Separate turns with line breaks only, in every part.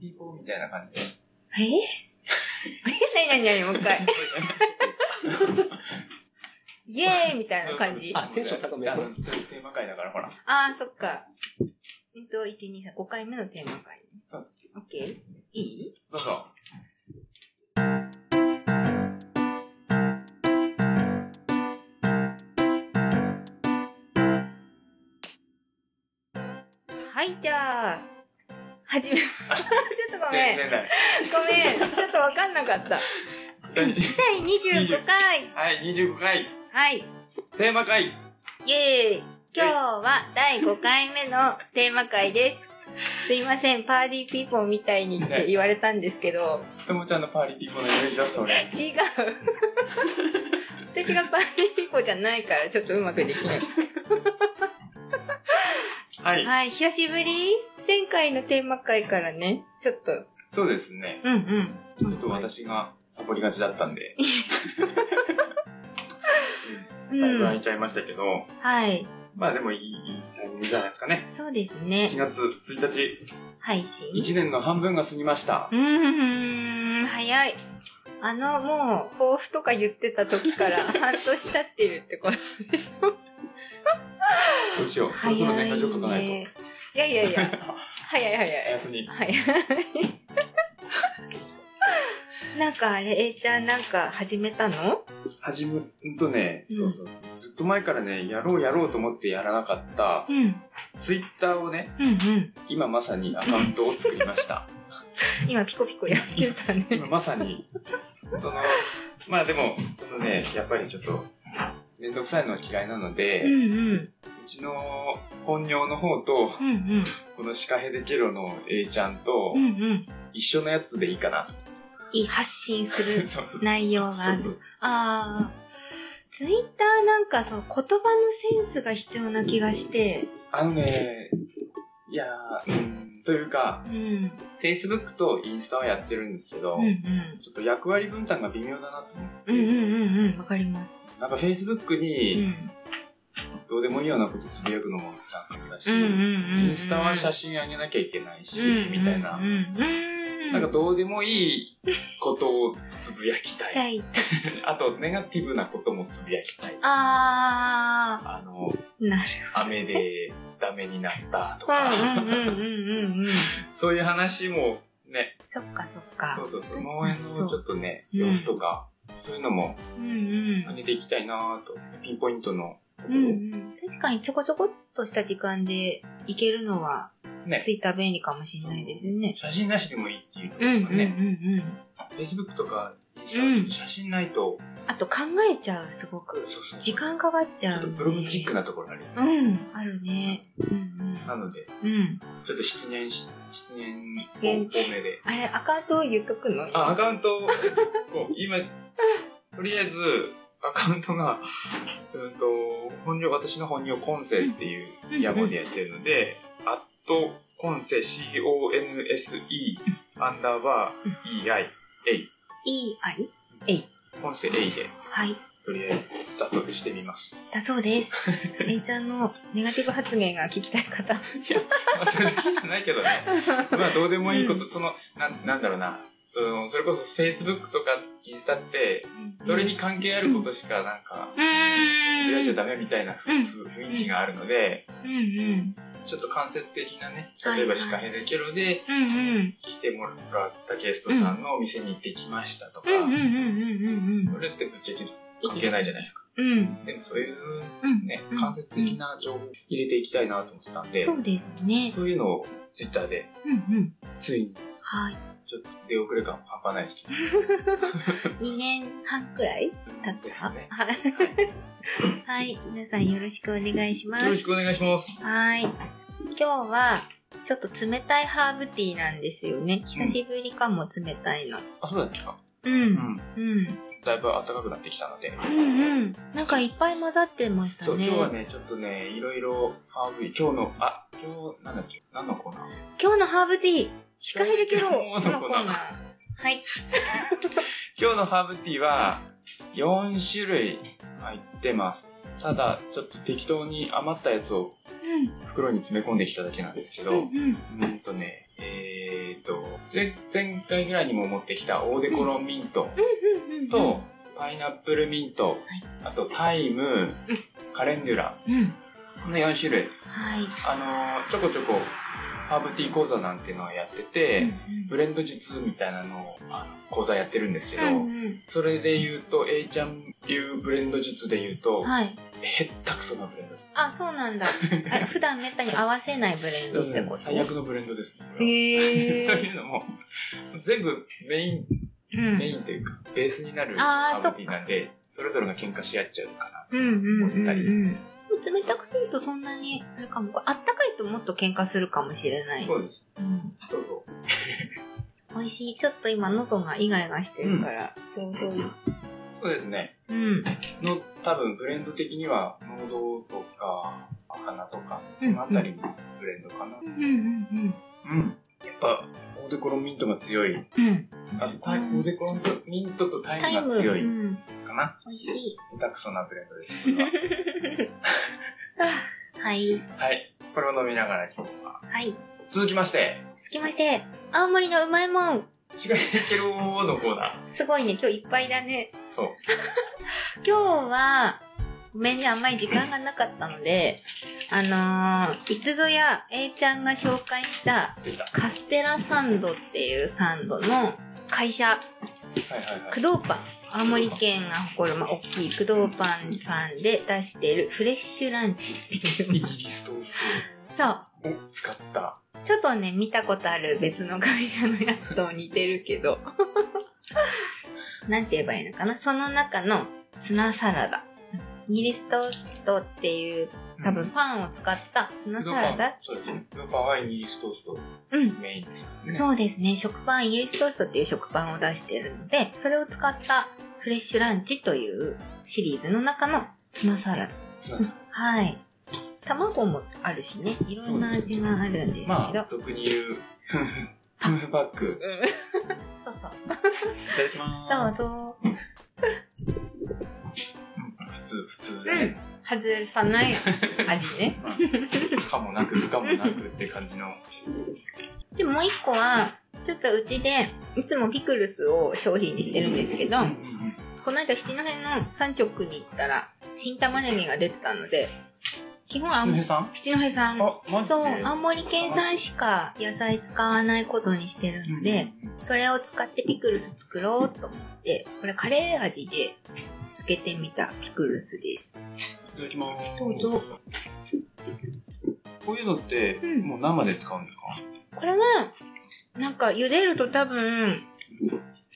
YDO みたいな感じで。
え何何何もう一回。 イエーイみたいな感じ。あ
あテンション高め
あのテーマ会だから、ほら。
あー、そっか。うんと、1、2、3、5回目のテーマ会。
そうです。
オッケーいい
どうぞ。
はい、じゃあ、はじめ、ち ょっとごめん。
全然ない。
ごめん。ちょっとわかんなかった。第25回。
はい、25回、
はい。
テーマ会。
イエーイ。今日は第5回目のテーマ会です。すいません、パーティーピーポーみたいにって言われたんですけど、
ともちゃんのパーリピコのイメージだ、それ。
違う。私がパーティーピーポーじゃないから、ちょっとうまくでき ない。
はい。
はい、久しぶり前回のテーマ会からね、ちょっと。
そうですね。
うんうん。
ちょっと私がサボりがちだったんで、だいぶ空いちゃいましたけど、
はい。
まあでもいいいいタイミングじゃないですかね。
そうですね
7。月1日、
配信。
1年の半分が過ぎました。
うーん、早い。あの、もう、抱負とか言ってた時から 半年経ってるってことでしょ
どうしよう。そろそろ年賀状書かないと。
ねいやい やいや、早い早
お
い。
休み。
早い。 なんかあれ、えいちゃんなんか始めたの
始め、うんとね、
うん
そうそう。ずっと前からね、やろうやろうと思ってやらなかった、
うん、うん
ツイッターをね、
うん。
今まさにアカウントを作りま した。
今ピコピコやってたね。
今まさに、その、まあでも、そのね、やっぱりちょっと、めんどくさいのは嫌いなので、
うん
う
うん、
ちの本業の方と、
うんうん、
このシカヘデケロの A ちゃんと
う、んうん。
一緒のやつでいいかな。
いい発信する
そうそう。
内容があ
そう
る
そう。
ああ。ツイッターなんかそう、言葉のセンスが必要な気がして。
あのね、いやー、うん、というか、
うん。うん
Facebook とインスタはやってるんですけど、
うん。
ちょっと役割分担が微妙だなと思って、
うんうんうんうん。わかります。
なんか Facebook
う
に
ん。
どうでもいいようなことつぶやくのも残念だし、
うんうんうんうん。
インスタは写真あげなきゃいけないし、
うん
みたいな
うん。うん。
なんか
か、
どうでもいいことをつぶやきたい。あと、ネガティブなこともつぶやきたい。
あ
あの、
ー。なる
雨でダメになったと
ほ
か、
ど。うんうんうんうんうんうん。
そういう話もね、
そっかそっか
そう。そうそう、
確
農
かに
園
そう
のちょっとね、
うん
様子とか、そういうのも
うんうん
上。げていきたいなぁと、ピンポイントのとこ
う
ろ
ん
を
うん、確かにちょこちょこっとした時間で行けるのは、
ね、
ツイッター便利かもしれないですね。
写真なしでもいいっていうとこ
う
ろ
んうん
が
うん
ね、
うん。
Facebook とかインスタはちょっと写真ないと、
あと考えちゃう、すごく。
そうそう
時間かかっち
ち
ゃ
ょっ
う、
と
ね。
ブログチックなところあるよね。
うん、あるね。うん
なので、
うん。うん。
ちょっと失念し、失念
失
多
念
めで。
あれ、アカウントを言っとくの
あ、アカウントを、こう今、とりあえず、アカウントが、うんと、本業、私の本業、コンセっていう野望でやってるので、アット、コンセ、C-O-N-S-E、アンダーバー、E-I、A、
EI?
コンセ A で、
はい。
とりあえず、スタートしてみます。
だそうです。えいちゃんのネガティブ発言が聞きたい方。
いや、まあ、それだけじゃないけどね。まあ、どうでもいいこと、その、なん、なんだろうな。その、それこそ Facebook とかインスタって、 それに関係あることしかなんか、
うーん。
つぶやいちゃダメみたいなふ
うん
ふ雰囲気があるので、
うんうん。
ちょっと間接的なね、
はい
例えばシカヘデケロで
うんうん。
来てもらったゲストさんのお店に行ってきましたとか
う、んうんうんうんうんうん
そ。れってぶっちゃけ関係ないじゃないですか。
うん。
でもそういう
うん。
ね
う、ん
間接的な情報を入れていきたいなと思ってたんで、
そうですね。
そういうのを Twitter で、
うんうん。
ついに
はい。
ちょっと出遅れ感半端ないですね。
2年半くらい経っ
です
た、
ね。
はい。はい。皆さんよろしくお願いします
よ。ろしくお願いします。
はーい。今日は、ちょっと冷たいハーブティーなんですよね。久しぶりかも、冷たいの。
あ、そうだったか。
うん。う。
うんん。
うん。
だいぶ暖かくなってきたので。
うんうん。なんかいっぱい混ざってました
そう、
ね。
今日はね、ちょっとね、いろいろハーブ、今日の、あ、今日、なんだっけ、何のコーナー
今日のハーブティー、司会で きろ
もう
このコ
こ
ー
んな
ナー。はい。
今日のハーブティーは、4種類入ってます。ただ、ちょっと適当に余ったやつを
うん。
袋に詰め込んできただけなんですけど、
うんうん。
うんとね、えーと、前前回ぐらいにも持ってきたオーデコロンミント
うんうんうん
と、パイナップルミント、あとタイム、カレンデュラ、
うん
この4種類。
はい
あのーちょこちょこ、ハーブティー講座なんていうのをやってて、ブレンド術みたいなのをあの講座やってるんですけど、
うんうん
それで言うと、A ちゃん流ブレンド術で言うと、
はい
へったくそなブレンドです。
あそうなん だあ普段めったに合わせないブレンドってこと
最悪のブレンドですね。これは
へ
と
え
いうのも、全部メイン、
うん
メインというか、ベースになる
あ
ハ
ー
ーブティーなんで、それぞれが喧嘩し合っちゃうかな。
うんうんうん
思った
うんでも冷たくするとそんなにあれかもこれあったかいともっと喧嘩するかもしれない、
そうです。
うん、
どうぞ。
美味しいちょっと今喉がイガイガしてるから、ちょうどいい
そうですね。
うん
の、多分ブレンド的には、濃度とか、花とか、そのあたりのブレンドかな。
うんうん
うん。やっぱ、オーデコロンミントが強い。
うんうん
あとタイ、オーデコロンミントとタ
タ
イ
イ
ム
ム
が強い
うん、
かな。
美味しい
下手くそなブレンドです。これは
はい
はい。これを飲みながら今日は。
はい
続きまして、
続きまして青森のうまいも
違
ん
いけろーのコーナー。
すごいね今日いっぱいだね
そう。
今日は、ごめんね、あんまり時間がなかったので、あのー、いつぞや A ちゃんが紹介した
出た。は
カステラサンドっていうサンドの会社、
いはいはい。
工藤パン。青森県が誇る、まあ、大きい工藤パンさんで出しているフレッシュランチって
イギ
いう。
リ ストース
そう。
トを使った。
ちょっとね、見たことある別の会社のやつと似てるけど。 なんて言えばいいのかなその中のツナサラダ。イギリストーストっていう多分パンを使ったツ
う
ナ
ん、
サ
ド
ラ
パン
ダ。。
そうですね。ドパンはイギリストースト
うん。
メインですからね。
そうですね。食パン、イギリストーストっていう食パンを出してるので、それを使ったフレッシュランチというシリーズの中のツナサラダ。
そうなんです
はい。卵もあるしね。いろんな味があるんですけど。
まあ、俗に 言う、フーフバッグ。
うん そうそう。
いただきま
どう
す。
ぞ。
うん普通、普通だね。
外さない味 ね。
うん可もなく、不可もなくって感じ の。
で、もう一個は、ちょっとうちで、いつもピクルスを商品にしてるんですけど
う、んうん
この間七戸の産直に行ったら、新玉ねぎが出てたので、基本あ
うん。
ん
さん
七戸さん、
あ、マジで
そう、青森県産しか野菜使わないことにしてるので、、
うん
それを使ってピクルス作ろうと思って、これカレー味でつけてみたピクルスです。
いただきます。
どうぞ
こういうのって、
うん
もう生で使うんですか
これは、なんか茹でると多分、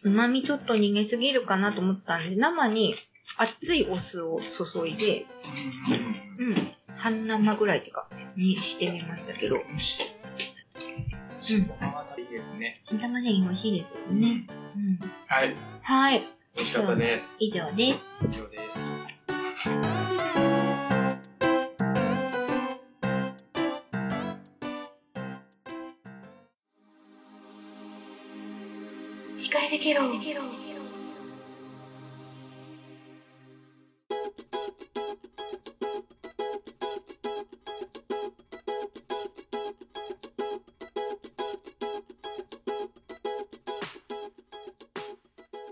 旨味ちょっと逃げすぎるかなと思ったんで、生に熱いお酢を注いで、
うん
うん、半生ぐらいってか、にしてみましたけど、
美味しい。新玉がいいですね。
新玉ねぎ美味しいですよね。。うん。
はい、
はい、
美味しかったです。
以上です。
以上です。
司会できろ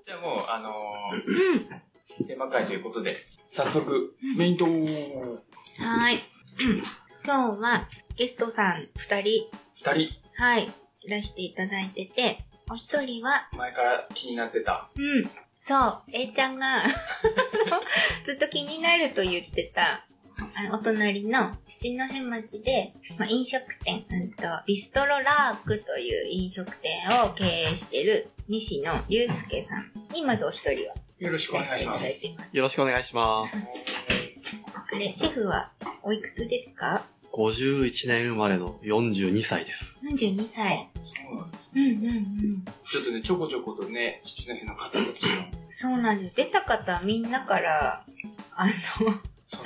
じゃあもう、あの
う
ー、テーマ会ということで、早速、メイントー
ん。はい。うん今日はゲストさん2人、
二人、
はい、いらしていただいてて、お一人は
前から気になってた。
うん。そう、A ちゃんが あの、ずっと気になると言ってた、あのお隣の七戸町で、まあ、飲食店、うんと、ビストロラークという飲食店を経営してる西野祐介さんに、まずお一人は、
よろしくお願いします。
よろしくお願いします。
あれ、シェフはおいくつですか
51年生まれの42歳です。
?42 歳。
そうなんです
うんうんうん。
ちょっとね、ちょこちょことね、父の日の方たちの、
そうなんです。出た方みんなから、あの、
その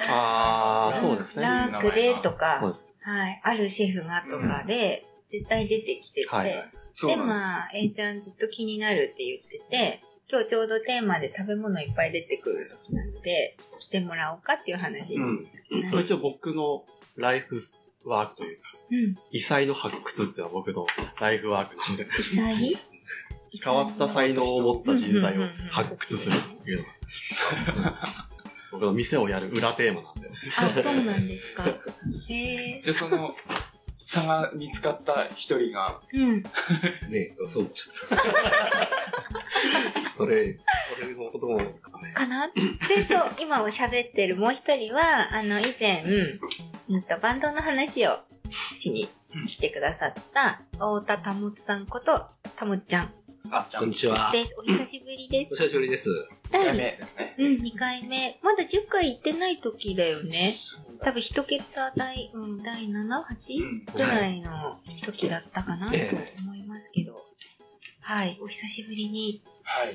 あー、そうですね。
ラークでとか、
そうです。
はい。あるシェフがとかで、絶対出てきてて。
はいはい。
そう
で、
なん
まあ、A ちゃんずっと気になるって言ってて、今日ちょうどテーマで食べ物いっぱい出てくる時なので、来てもらおうかっていう話
です。
に
う
なり
ん。
まし
そ
た
れと僕のライフワークというか、
うん。
異才の発掘っていうのは僕のライフワークな ので、
異彩
変わった才能を持った人材を発掘するっていうのが、 僕の店をやる裏テーマなんで、
あ、そうなんですか。へえ。
じゃあその、差が見つかった一人が、
うん。
ねえ、そう、ちょっと。それ、俺のことも、ね、
かな で、そう、今は喋ってるもう一人は、あの、以前、うんと、バンドの話をしに来てくださった、太田たもつさんこと、たもっちゃん
あ、じゃあ、
こんにちは。
です。お久しぶりで
お
す。
久しぶりです。
1回
第
目ですね。
うん、2回目。まだ10回行ってない時だよね。
そうだ
多分一桁第、うん、第 7?8?
うん
ぐらいの時だったかなと
え
思いますけど。はい、お久しぶりに
はい。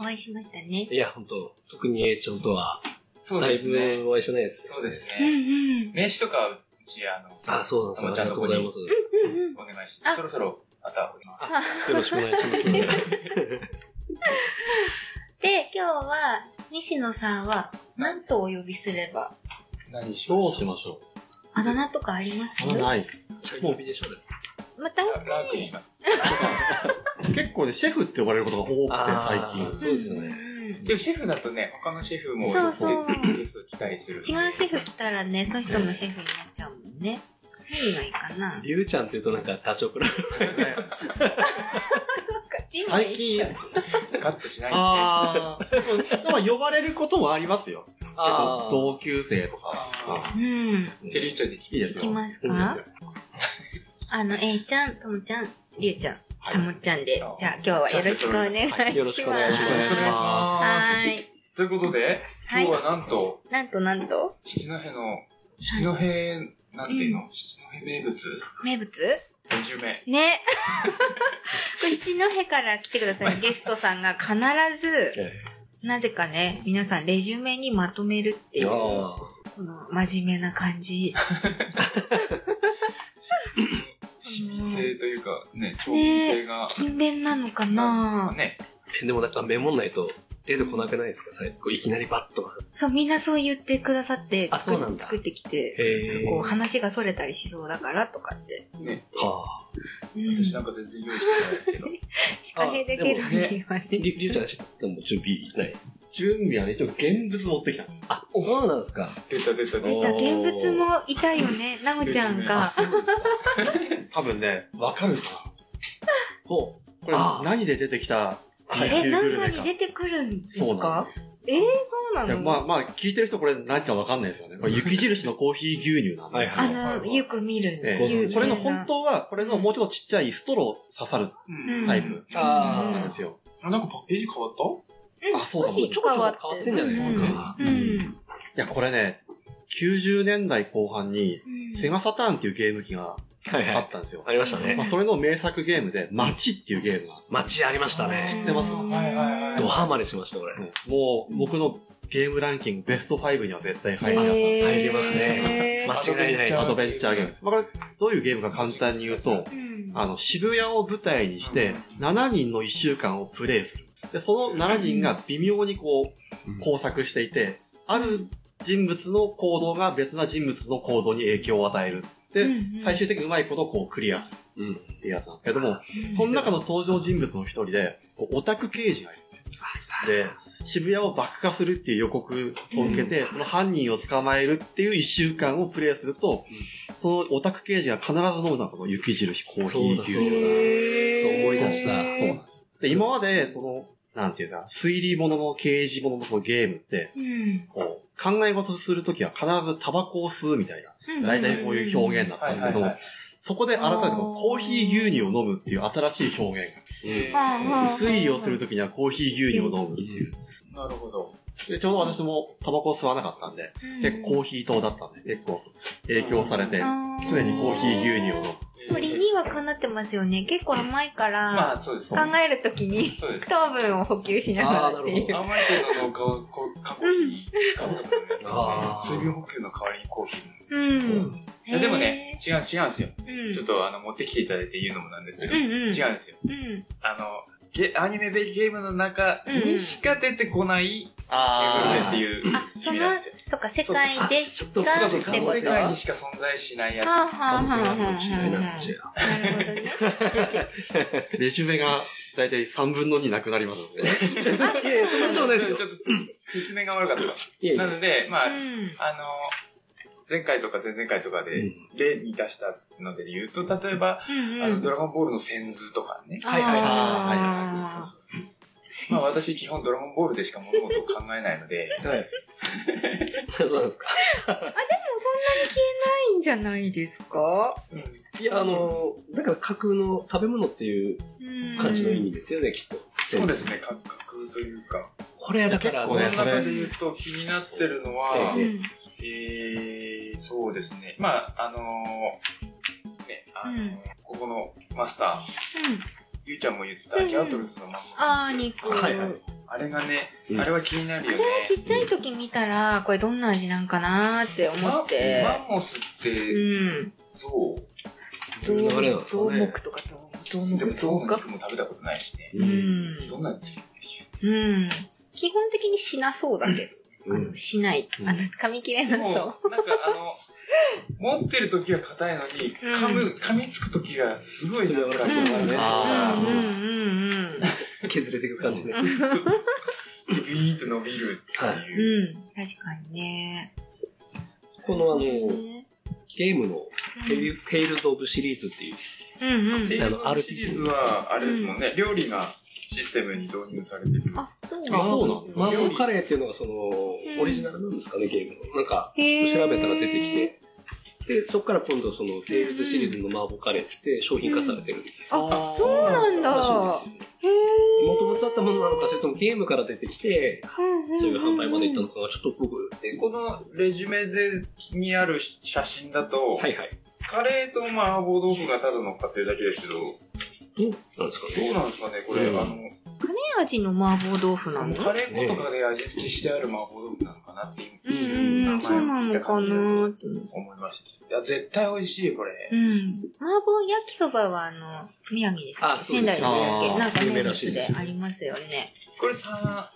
お会いしましたね。
いや、本当特に A ちゃんとは、
そう
だい
です
ぶ
ね。
お会いしてないです。
そうです
うんう
ね。
ん。
名刺とか、うち、あの、
あ、そうなんです
あ
よ。
の
あ
ちゃん
り
と
が
こ
とう
こ
ご
に
ざいます。
うんうん。
お願いし
あ
て、そろそろ、またおります。
よろしくお願いし ます。
で、今日は、西野さんは、何とお呼びすれば、
何し
どうしましょ
あだ名とかあります
うそんなない。
チャリビでしょうね。
また、
ラークにします。
結構ね、シェフって呼ばれることが多くて、最
あー
近。
そうですよね。
ね。
でもシェフだとね、他のシェフも
そうそう
ゲスト来たりする。
違うシェフ来たらね、そういう人もシェフになっちゃうもんね。何がいいかななんか
りゅうちゃんって言うとなんか多少くらい。
ジム
最
一
近
緒。、
カットしないんで。
ああ、まあ呼ばれることもありますよ。結構
どう
同級生と
あ
か。
うん。
うん
じゃあ、りゅうちゃんでい
いい
き
で
い
すよ。
きます
いいです
か
よ
あの、えいちゃん、ともちゃん、りゅうちゃん、
はい
たもちゃんで、じゃあ今日はよろしくお願いします。
は
よろしくお願いし
よろしくお願いします
はい。
ということで、
は
今日
い。
はなんと、
なんとなんと、
七戸の、七戸、なんていう
う
の七戸名物
名物
?50 名。
ね。 これ七戸から来てくだ さい。ゲストさんが必ず、
え
なぜかね、皆さんレジュメにまとめるってい
え
う、こ
あ
の真面目な感じ。
市民性というか、ね、町民性が。
勤勉なのかな
ね。
ーでもなんかメモんないと出てこなくないですか最後。いきなりバッと。
そう、みんなそう言ってくださって、
あ
作
そうなん
っ
だ
作ってきて、
へ
こう話が逸れたりしそうだからとかって。
ね。
はあ。
うん
私なんか全然用意してないですけ ど。
司会できるにはね。
りゅりゅうちゃん知っても準備ない。
準備はね、一応現物持ってきたんですよ。
あ、そうなんですか。
出た出た出
出
た。
た、現物もいたよ ね。ナムちゃんが。
多分ね、わかるか
ほ
な。こ
う。
れ
あー
何で出てきた B
え、
級グ
中
ルメ
に
か。
出てくるんです
そうなん
か
ですよ。
えー、そうない
や
の
まあまあ、聞いてる人これ何かわかんないですよね。これ雪印のコーヒー牛乳なんですよ。
はいはい
あの、よく見る。
え
はい
え
はい
これの本当は、これのもうちょっとちっちゃいストロー刺さる
うん
タイプ
あ
なん
ー
ですよ。
あなんかパッケージ変わった
あそうかも
ちょこちょこ
変わってんじゃないですか
うん。うん
いや、これね、90年代後半に、
うん
セガサターンっていうゲーム機が
はい
あっ。たんですよ。
ありましたね
まあ、。それの名作ゲームで、街っていうゲームが、
街ありました
知っ
ね。
てます
はいはいはい
ドハマりしました、俺。
うんもう僕のゲームランキングベスト5には絶対入りなかったんです
へー
入りますね。間違いない。
アドベンチャーゲーム。まあ、これ、どういうゲームか簡単に言うと、
うん
あの、渋谷を舞台にして、7人の1週間をプレイする。で、その7人が微妙にこう、工作していて、ある人物の行動が別な人物の行動に影響を与える。
うん
で、
うん
最終的にうまいことをこうクリアす
う
る
ん
っていうやつなんですけども、その中の登場人物の一人で、こうオタク刑事がいるんですよ。で、渋谷を爆破するっていう予告を受けて、その犯人を捕まえるっていう一週間をプレイすると、そのオタク刑事が必ず飲むのはこの雪印コーヒー牛
そうだ
乳
そうだ
へー
そう思い出した
そうなんですよ。で、今まで、その、なんていうか、推理物の刑事物のこのゲームって、
うん
こう、考え事するときは必ずタバコを吸うみたいな、
うん
大体こういう表現だったんですけ
うんは
ど
いはいはい、
そこで改めてこう
あー
コーヒー牛乳を飲むっていう新しい表現
え
はあは
が
あ、
推理をするときにはコーヒー牛乳を飲むっていう。
ーなるほど。
で、ちょうど私もタバコを吸わなかったんで、結構コーヒー糖だったんで、結構影響されて、常にコーヒー牛乳を飲む。
これ理にはかなってますよね。結構甘いか
ま
ら、
あ、そうです。
考えるときに
そうです。
糖分を補給しながらってい
あーなるほ
う
ど。
甘いけどの顔、こう、過去に、過去にね
あー
水分補給の代わりにコーヒー。
うん
そう
いやでもね、、違う、違うんですよ。
へーうん、
ちょっとあの、持ってきていただいて言うのもなんですけど、
うんう
違
ん
うんですよ。
うん、
あの、ゲアニメベゲームの中にしか出てこない
あ
ゲーム
ー
っていう意味な
あ
ん、です
そ
よ。
の、そっか、世界でしか
そ
っ
っか
て
そ
こ
っか
とは
世界にしか存在しないや
あ
つ。
はあはあはあは
しないな、じゃあ。
あ。なるほどね。
レジュメが大体3分の2なくなりますので。
いやいや、そんなことないですよ
ち。ょっと説明が悪かった。
いやい
な
や、
ので、まあ、
うん。
あの、前回とか前々回とか
う
で、
ん
例に出したので言うと、例えば、
うん
あ
う
の、
ん
ドラゴンボールの戦図とかね。
はいはいはい
はいはいそうそうそうまあ私基本ドラゴンボールでしか物事を考えないので、
はい。そうなんですか。
いいんじゃないですか
いや、あの、だから架空の食べ物っていう感じの意味ですよね、きっと。
そうですね、感覚というか。
これだから、
結構
こ
ね
の
それ
中で言うと気になってるの
え
は
う、
え
ん。
えー、そうですね。まあ、あのーね、あのー
うん
ここのマスター、ゆうちゃんも言ってた、
うん
ギャートルズのマスター。
あー、肉。
はいはい
あれがね、
うん
あれは気になる
こ
よ
れ
ね
は。ちっちゃい時見たら、これどんな味なんかなーって思って。
マンモスって、
うん。
ゾ
ど
増
ういう流れなんですかね
木とか増増
ウ。でも
木
ゾ
増
ウの
か
肉も食べたことないしね。
う
うん
ん。
どんな味っていう。
うん。基本的にしなそうだけど。あ
うん
のしない。
うん
あの、噛み切れ
で
な
も、なん
そ
かあの、持ってる時は硬いのに、噛む、
うん
噛みつく時がすごいなんか、
それは
そうだ
ね
あ
う。う
ー
んう
あ
んうんうん。
削れていく感じで。はい。
でビーンと伸びるっていう。
うん。確かにね。
このあの、
ね
ゲームの
う
テイ
ん
ル、テイルズ・オブ・シリーズっていう、
うんうん。
で
あの RPG
シリーズは、あれですもんね、料理がシステムに導入されてる。
あ、そう
あそうな
なん
の
ですね
マーボーカレーっていうのがその、オリジナルなんですかね、ゲームの。なんか、調べたら出てき。
へー
て、で、そこから今度その、テイルズシリーズのマーボーカレーっつって商品化されてる
あ、そうなんだ。
らしいんですよ。
へえ。
もともとあったものなのか、それともゲームから出てきて、
そ
そういう販売まで行ったのかが、ちょっと僕、
で、このレジュメで、にある写真だと、
はいはい。
カレーと麻婆豆腐がただ乗っかってるだけですけど、ど
どうなんですかね。
うなんですかね、これ、
うん
あの、
何味の麻婆豆腐なの
カレー粉とかで味付けしてある麻婆豆腐なのかなっていう
うんんうん、そうなのかなーって
思いました。いや、絶対美味しい、こ
う
れ。
ん。麻婆焼きそばは、あの、宮城ですか
あそう
仙
です
台でしたっ
あ
け
ー
なんか
有名
名
らし
物
いで
です
よ
ありますよね。
これさ、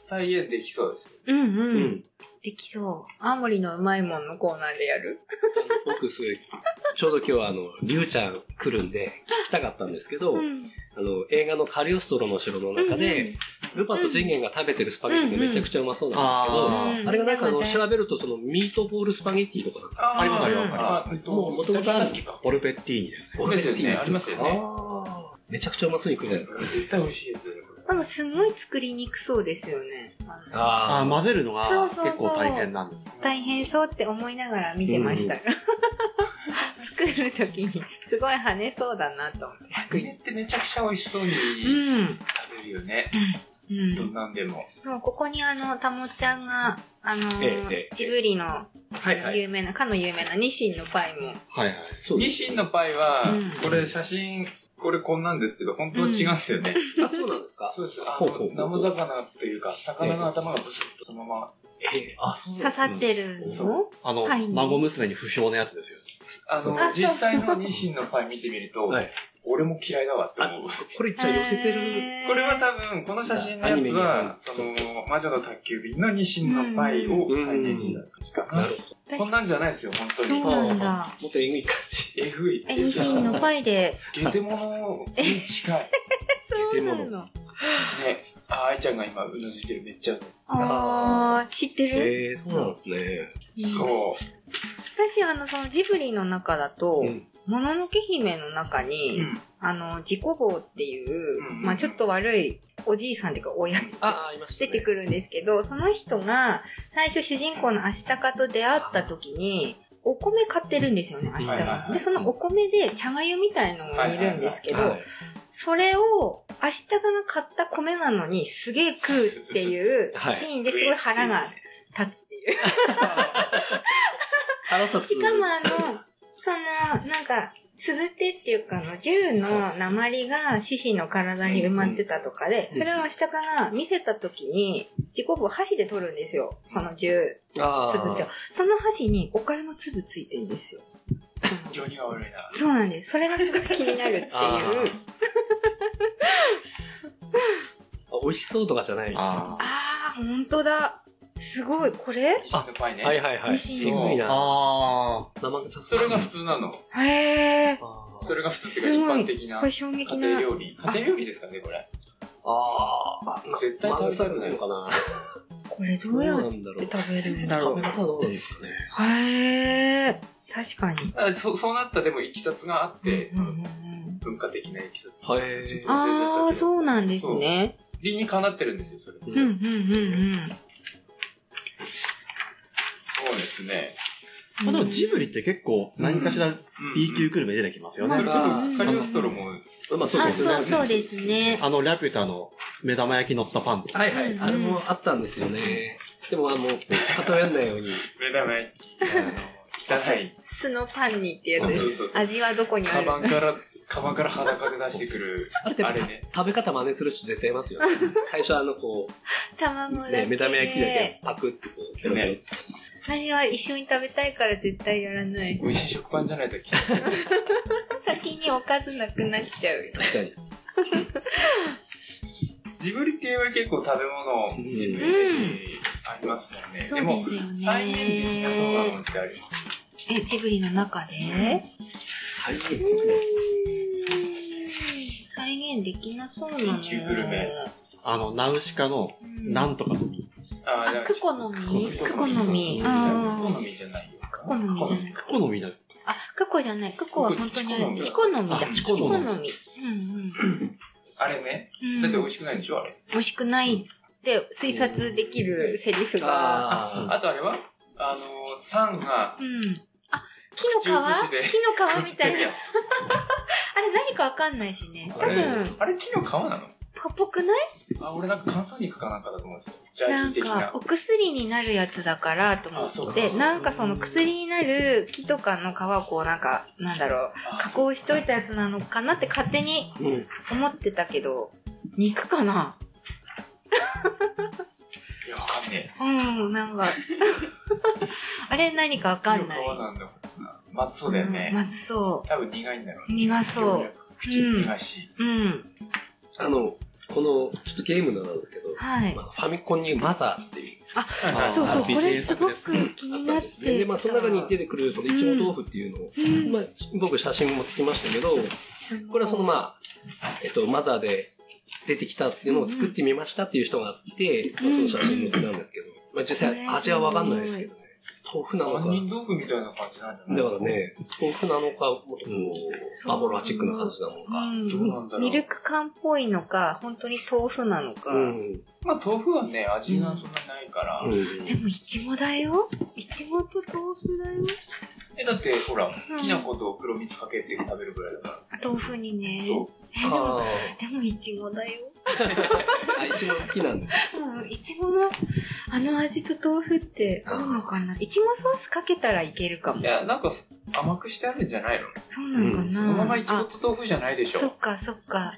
再現できそうです。
うん
う
うん。
ん。
できそう。青森のうまいもんのコーナーでやる
あの僕、すごい、ちょうど今日はあの、りゅうちゃん来るんで、聞きたかったんですけど、
うん。
あの、映画のカリオストロの城の中で、ルパンとジェンゲンが食べてるスパゲッティがめちゃくちゃうまそうな
う
んですけど、
あ
ん、
あれがなんかあの、
うん
調べるとその、ミートボールスパゲッティとかだった。
あ
あります
あり
ます
あえっと
もう元々ある
か。
オルペッティーニですね。
そうですよねありますよね
あーめちゃくちゃうまそうに食うじゃないですか。
絶対美味しいですよね、こ
なんかすごい作りにくそうですよね。あの
あ
あ
ー混ぜるのが
そうそうそう
結構大変なんです。
れ。
大変そうって思いながら見てました。 作るときに、すごい跳ねそうだなと思って。
クイってめちゃくちゃ美味しそうに
う
食
ん。
べるよね。
う
どん
ん。
なんでも。
でもここにあの、たもちゃんが、あのー
ええええ
ジブリの
ーはいはい。
有名な、かの有名なニシンのパイも。
はいはい。
そうで
ニ
す
シンのパイは
うん、
これ写真、これこんなんですけど、本当は違うんですよね。
あ、そうなんですか。
そうです。あ
ほうほうほ
の、
う
生魚っていうか、魚の頭がブスッとそのまま。
えーあ、そう
刺さってるぞ。
あの
はい、
孫娘に不評のやつですよ。
あの
あ、
実際のニシンのパイ見てみると、
はい。
俺も嫌いだわって思う。
これじゃあ寄せてる。
へー
これは多分、この写真のやつは、その、魔女の宅急便のニシンのパイを再現した感じかな。
るほ
こんなんじゃないですよ、本当
そう
に。
なんだ。
もっとえぐい感じ。
えぐい。
え、ニシンのパイ で。
ゲテモノに近い。
そうな
漬
の。
ね。あ、愛ちゃんが今、うなずいてる、めっちゃ。
あー、知ってる、
えー、そうなんですね。
うん
そ
私、あの、そのジブリの中だと、
うん
もののけ姫の中
う。
に、
うん。
あの、自己坊っていう、
うん
まあちょっと悪いおじいさんっていうか、親父
あ、ありました、
出
ね。
てくるんですけど、その人が最初主人公のアシタカと出会った時に、お米買ってるんですよね、アシタ
はいはい
カ
は。い
で、そのお米で茶がゆみたいのがいるんですけ
は
ど
い、
それをアシタカが買った米なのにすげえ食うっていう
はい
シーンですごい腹が立つっていう。
腹立つ。
しかもあの、その、なんか、つぶてっていうか、あの、銃の鉛が獅子の体に埋まってたとかで、
うん
それを下から見せた時に、自己部を箸で取るんですよ。その銃、
あ
つぶってを
ー。
その箸にお金の粒ついてるんですよ。その
情にが悪いな。
そうなんです。それがすごい気になるっていう。
美味しそうとかじゃない。
あ
あー、ほんとだ。すごい。これ
西のパイね。
はいはいはい。
西
す
の
ごい
あ。
な。
あ
生臭
それが普通なの。
へえ。
あー
それが普通っていうか一般的な
これ衝撃
家
な
庭。料理。家庭料理ですかね、これ。
あー。
絶対食べたくない
のかな。
これどうやっ
んだ
て食べるんだろ
食
う
べ。方どうなんですかね。
へえ。確かに。
だからそそうなったでもいきさつがあって、
うんうんうん
文化的ないきさつ。
はい。
ああ、そうなんですね。
理にかなってるんですよ、それ。そう
うんうんうん
ですね。
うん。
まあでもジブリって結構何かしら
うん
B 級グルメ出てきますよね。
それこ
うん
そカリオストロも、
まあそう
あ、
です
そうそう
す。
ですね。
あの、ラピュタの目玉焼き乗ったパンとか。
はいはい。あれもあったんですよね。でもあの、偏らないように。
目玉焼き、 あの、汚い。
酢のパンにってや
そうそう
つ。
そうそう。
味はどこにあ
カ
る
バンから、カバンから裸で出してくる、
あれでも
あれね。
食べ方真似する人絶対いますよ。最初あのこ
卵
う、
だけで
ね、目玉焼きだけパクってこう、ペロペロ
ね
私は一緒に食べたいから絶対やらない。
美味しい食パンじゃないとき。
先におかずなくなっちゃうよ。
確かに。
ジブリ系は結構食べ物、
うん
ジブリ飯ありますもんね。
そうですよ
も、
ね
再現できなそうなのってあります。
え、ジブリの中で
再現
うーん再現できなそうなの
B 級グルメ
あの、ナウシカの
うん
なんとかの実。
あ
あ、
ー、
クコの実クコの実。
ク
あ
コの
ー
実じゃないよ。
クコの実じゃない。
クコの実だ。
あ、クコじゃない。クコは本当にある。
チ
チ
コ
コの実だ。
あ
チ
チ
コ
コ
の
の
実
実。
うん
あれね。
うん。
だって美
うん
味しくないんでしょあれ。
美味しくないって推察できるセリフが。
あ
あとあれはあのー、酸が、
うん。あ、木の
口移
皮
しで
木の皮 みたいな。
や
あれ何かわかんないしね。
つ
多
あれ
分、、
あれ木の皮なの
ぽっぽくない
あ、俺なんか乾燥肉かなんかだと思うんですよ。ジャー
な
ジー
ん
的
か
な、。
お薬になるやつだからと
あそ
思っ
う
て、
か
なんかその薬になる木とかの皮をこうなんか、なんだろう、加工しといたやつなのかなって勝手に
ーうん。
思ってたけど、肉かない
や、わかんね
うん、なん か。あれ何かわ
え。
かんない。
木の皮なんだまずそうだよ
ん
ね。
まずそ
多分苦いんだろうね。
う。苦そ
口苦し
う。うん。
あの、この、ちょっとゲームなんですけど、
はい
ま。あファミコンにマザーっていう。
あー
そうそう、こ
RPG
れすごく気
あっ
に
た
なんっ
ですね。
て
で、
た。
まあ、その中に出てくる、その、いちご豆腐っていうのを、
うん
まあ、僕写真持ってきましたけど、
すごい
これはその、まあ、えっと、マザーで出てきたっていうのを作ってみましたっていう人がいて、
うん
まあ、その写真載せたんですけど、まあ、実際味はわかんないですけどね。豆腐
い。
なのか
杏、仁豆腐みたいな感じなんじゃない
だから。ね、豆腐なのか、もっとこ
そう
う、アボラチックな感じなの
う
か。
ん
どうなんだろう
ミルク缶っぽいのか、本当に豆腐なのか。
うん。
まあ豆腐はね、味がそんなにないから。
うん
でも、いちごだよ。いちごと豆腐だよ。
え、だってほら
うん、
きな粉と黒蜜かけて食べるぐらいだか
豆腐に
ら。。
ね
そう。
えでも、
あ
でもいちごだよ。
ーあ、いちご好きなんです。
うん、いちごのあの味と豆腐ってあるのかないちごソースかけたらいけるかも
い。や、なんか甘くしてあるんじゃないの
そうなのかな、
うん
そのままいちご
あ
と豆腐じゃないでし
そ
ょ
っ。かそっか。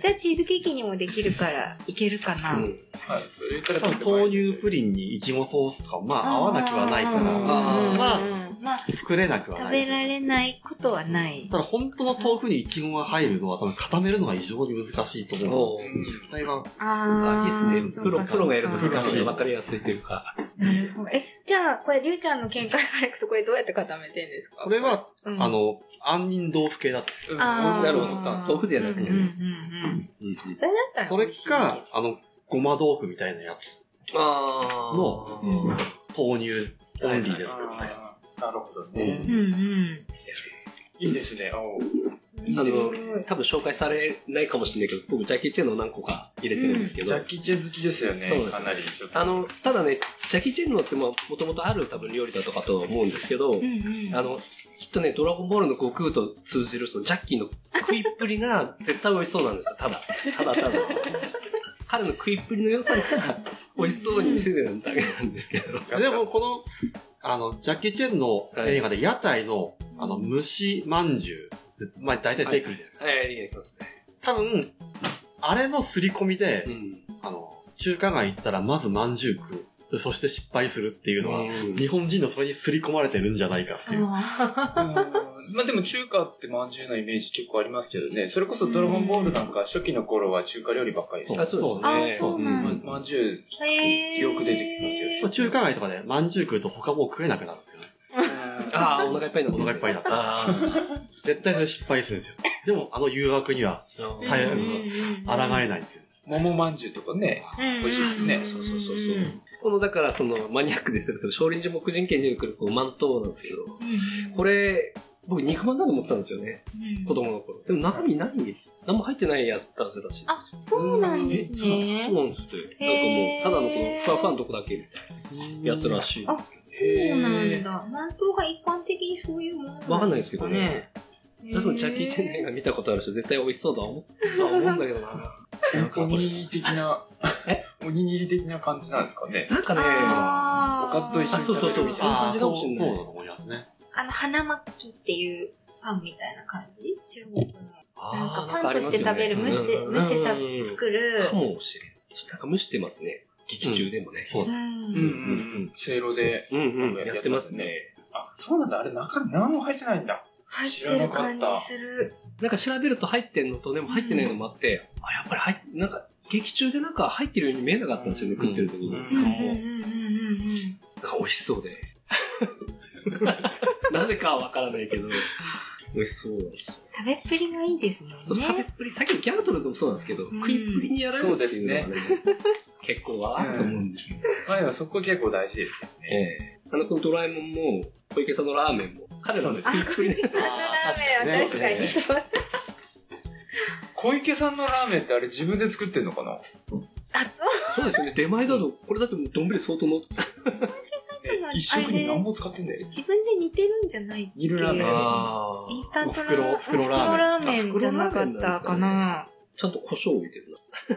じゃあチーズケーキにもできるからいけるかな。
うん
はい、それ言ったら
多分豆乳プリンにイチゴソースとか、まあ合わなくはないから、
うんうんうん
まあ
まあ、
作れなくは
食
ないで
べ
すよ。
られないことはない。
ただ本当の豆腐にイチゴが入るのは多分固めるのが異常に難しいと思う。
おー
実際は、
あ
あい
ー
いですね。プ
そう
ロ、
か
プロがやると
そう
す
か
ごくわかりやすいというか。
なるほどえ、じゃあ、これ、りゅうちゃんの見解からいくと、これどうやって固めてんですか
これ、は、
うん
あ、の、杏仁豆腐系だと。
うん
あー
なるほど豆腐
で。
ではなくてね
うんうんうんうんそれだったら
そ
美
れ
味しいけど。
か、あの、ごま豆腐みたいなやつ。
あー
の
うん
豆乳オンリーで作ったやつ。
あーなるほど
う
ね
ん。
うんうん。
いいですね。おう
面白い
多分紹介されないかもしれないけど、僕、ジャッキー・チェンの何個か入れてるんですけ
ジ
ど、
ャッキーチェン好きですよね
そうで。す
かなり。ちょっと
あ、の、ただね、ジャッキー・チェンのって、まあ、もともとある多分料理だとかとは思うんですけど、
うんうん。
あの、きっとね、ドラゴンボールの悟空と通じる、そのジャッキーの食いっぷりが絶対美味しそうなんですよ、ただ。ただただ。彼の食いっぷりの良さが美味しそうに見せてるだけなんですけど。
でも、この、あの、ジャッキー・チェンの映画で屋台の、あの、虫まんじゅう、まあ、大体出てくるじゃない、
はい、いやいきますね。
多分、あれの刷り込みで、あの、中華街行ったらまずまんじゅう食うで。そして失敗するっていうのは、
うん
日本人のそれに刷り込まれてるんじゃないかっていう。
あ
うんまあでも中華ってまんじゅうのイメージ結構ありますけどね。それこそドラゴンボールなんか初期の頃は中華料理ばっかりで
そう
した。
あそうですね
あ
ま
そうなんだ
まんじゅう、
へー
よく出てきます
ま
よ。
あ中華街とかで、まんじゅう食うと他もう食えなくなるんですよね。
あ
ああ、お腹いっぱいになった。
お腹いっぱいになった
あ
絶対それ失敗するんですよ。でも、あの誘惑には、
ー
はい
うんうん
抗えないんですよ。
桃まんじゅうとかね。
うん。
美味しいですね
ん
そう
そうそうそうこのだからそのマニアックですけど、少林寺木人拳に出てくるこうマントなんですけど、
うん
これ、僕肉まんだと思ってたんですよね。
うん
子供の頃。でも中身何何も入ってないやつだったらしい。
あ、そうなんですね
そう。なんですって。
へー
なんかもう、ただのこのふわふわのとこだけみたいなやつらしいんですけ
そうなん
だ。
だ。南東が一般的にそういうもの
ど。わかんないですけどね。
へー。
多分ジャッキー・チェンなんか見たことある人絶対美味しそうとは思うとは思うんだけどな。なんか
お
こ
に
れ
ぎり的な、
え
おにぎり的な感じなんですかね。
なんかね、
あー
おかずと一緒
あ
に
そう
食
そう
べ
そ
るみ
う
たいな。
ああ、そうう、そう
そかもしれない
だと思いますね。
あの、花巻っていうパンみたいな感じ中国の。なん
あ
か
ー
パンとして食べる、
なん
蒸
か
し
あ
て、蒸してた作る。
かもしれない。なんか蒸してますね。劇中でもね。
そう
う
です。
ん
うんうんうん。せいろで。
うんうん。
や
や
っ
ってて
ま
ますす
ね
ね。
あ、そうなんだ。あれ中に何も入ってないんだ。
入っ
知ら
て
な
る
かっ
感じ
た
する。
なんか調べると入ってんのとでも入ってないのもあって、あ、やっぱり入っなんか劇中でなんか入ってるように見えなかったんですよね、
うん
食ってる時に。
う
も
ん
う
うんうんうんうんう
なん
ん
か美味しそうで。 なぜかはわからないけど、美味しそうなんですよ。
食べっぷりがいいですもんね。
そう、食べっぷり、さっきのギャートルズもそうなんですけど、
ん
食いっぷりにやられるっていうのはね、結構はあると思うんですけど。
前はそこ結構大事ですよね。
ええ。あの、このドラえもんも、小池さんのラーメンも、彼らの食いっぷりで
あのラーメンは確かにそう。
小池さんのラーメンってあれ自分で作ってんのかな
あ、そう。
そうですよね。出前だと、これだってもう丼相当の。
そうなんだ
一食に何も使ってんだよ。
自分で煮てるんじゃないっけ
煮るラーメン
あ
インスタントラーメン。
袋袋ラーメン
袋ラーメンじゃなかったかな。
ちゃんと胡椒を入れてるな。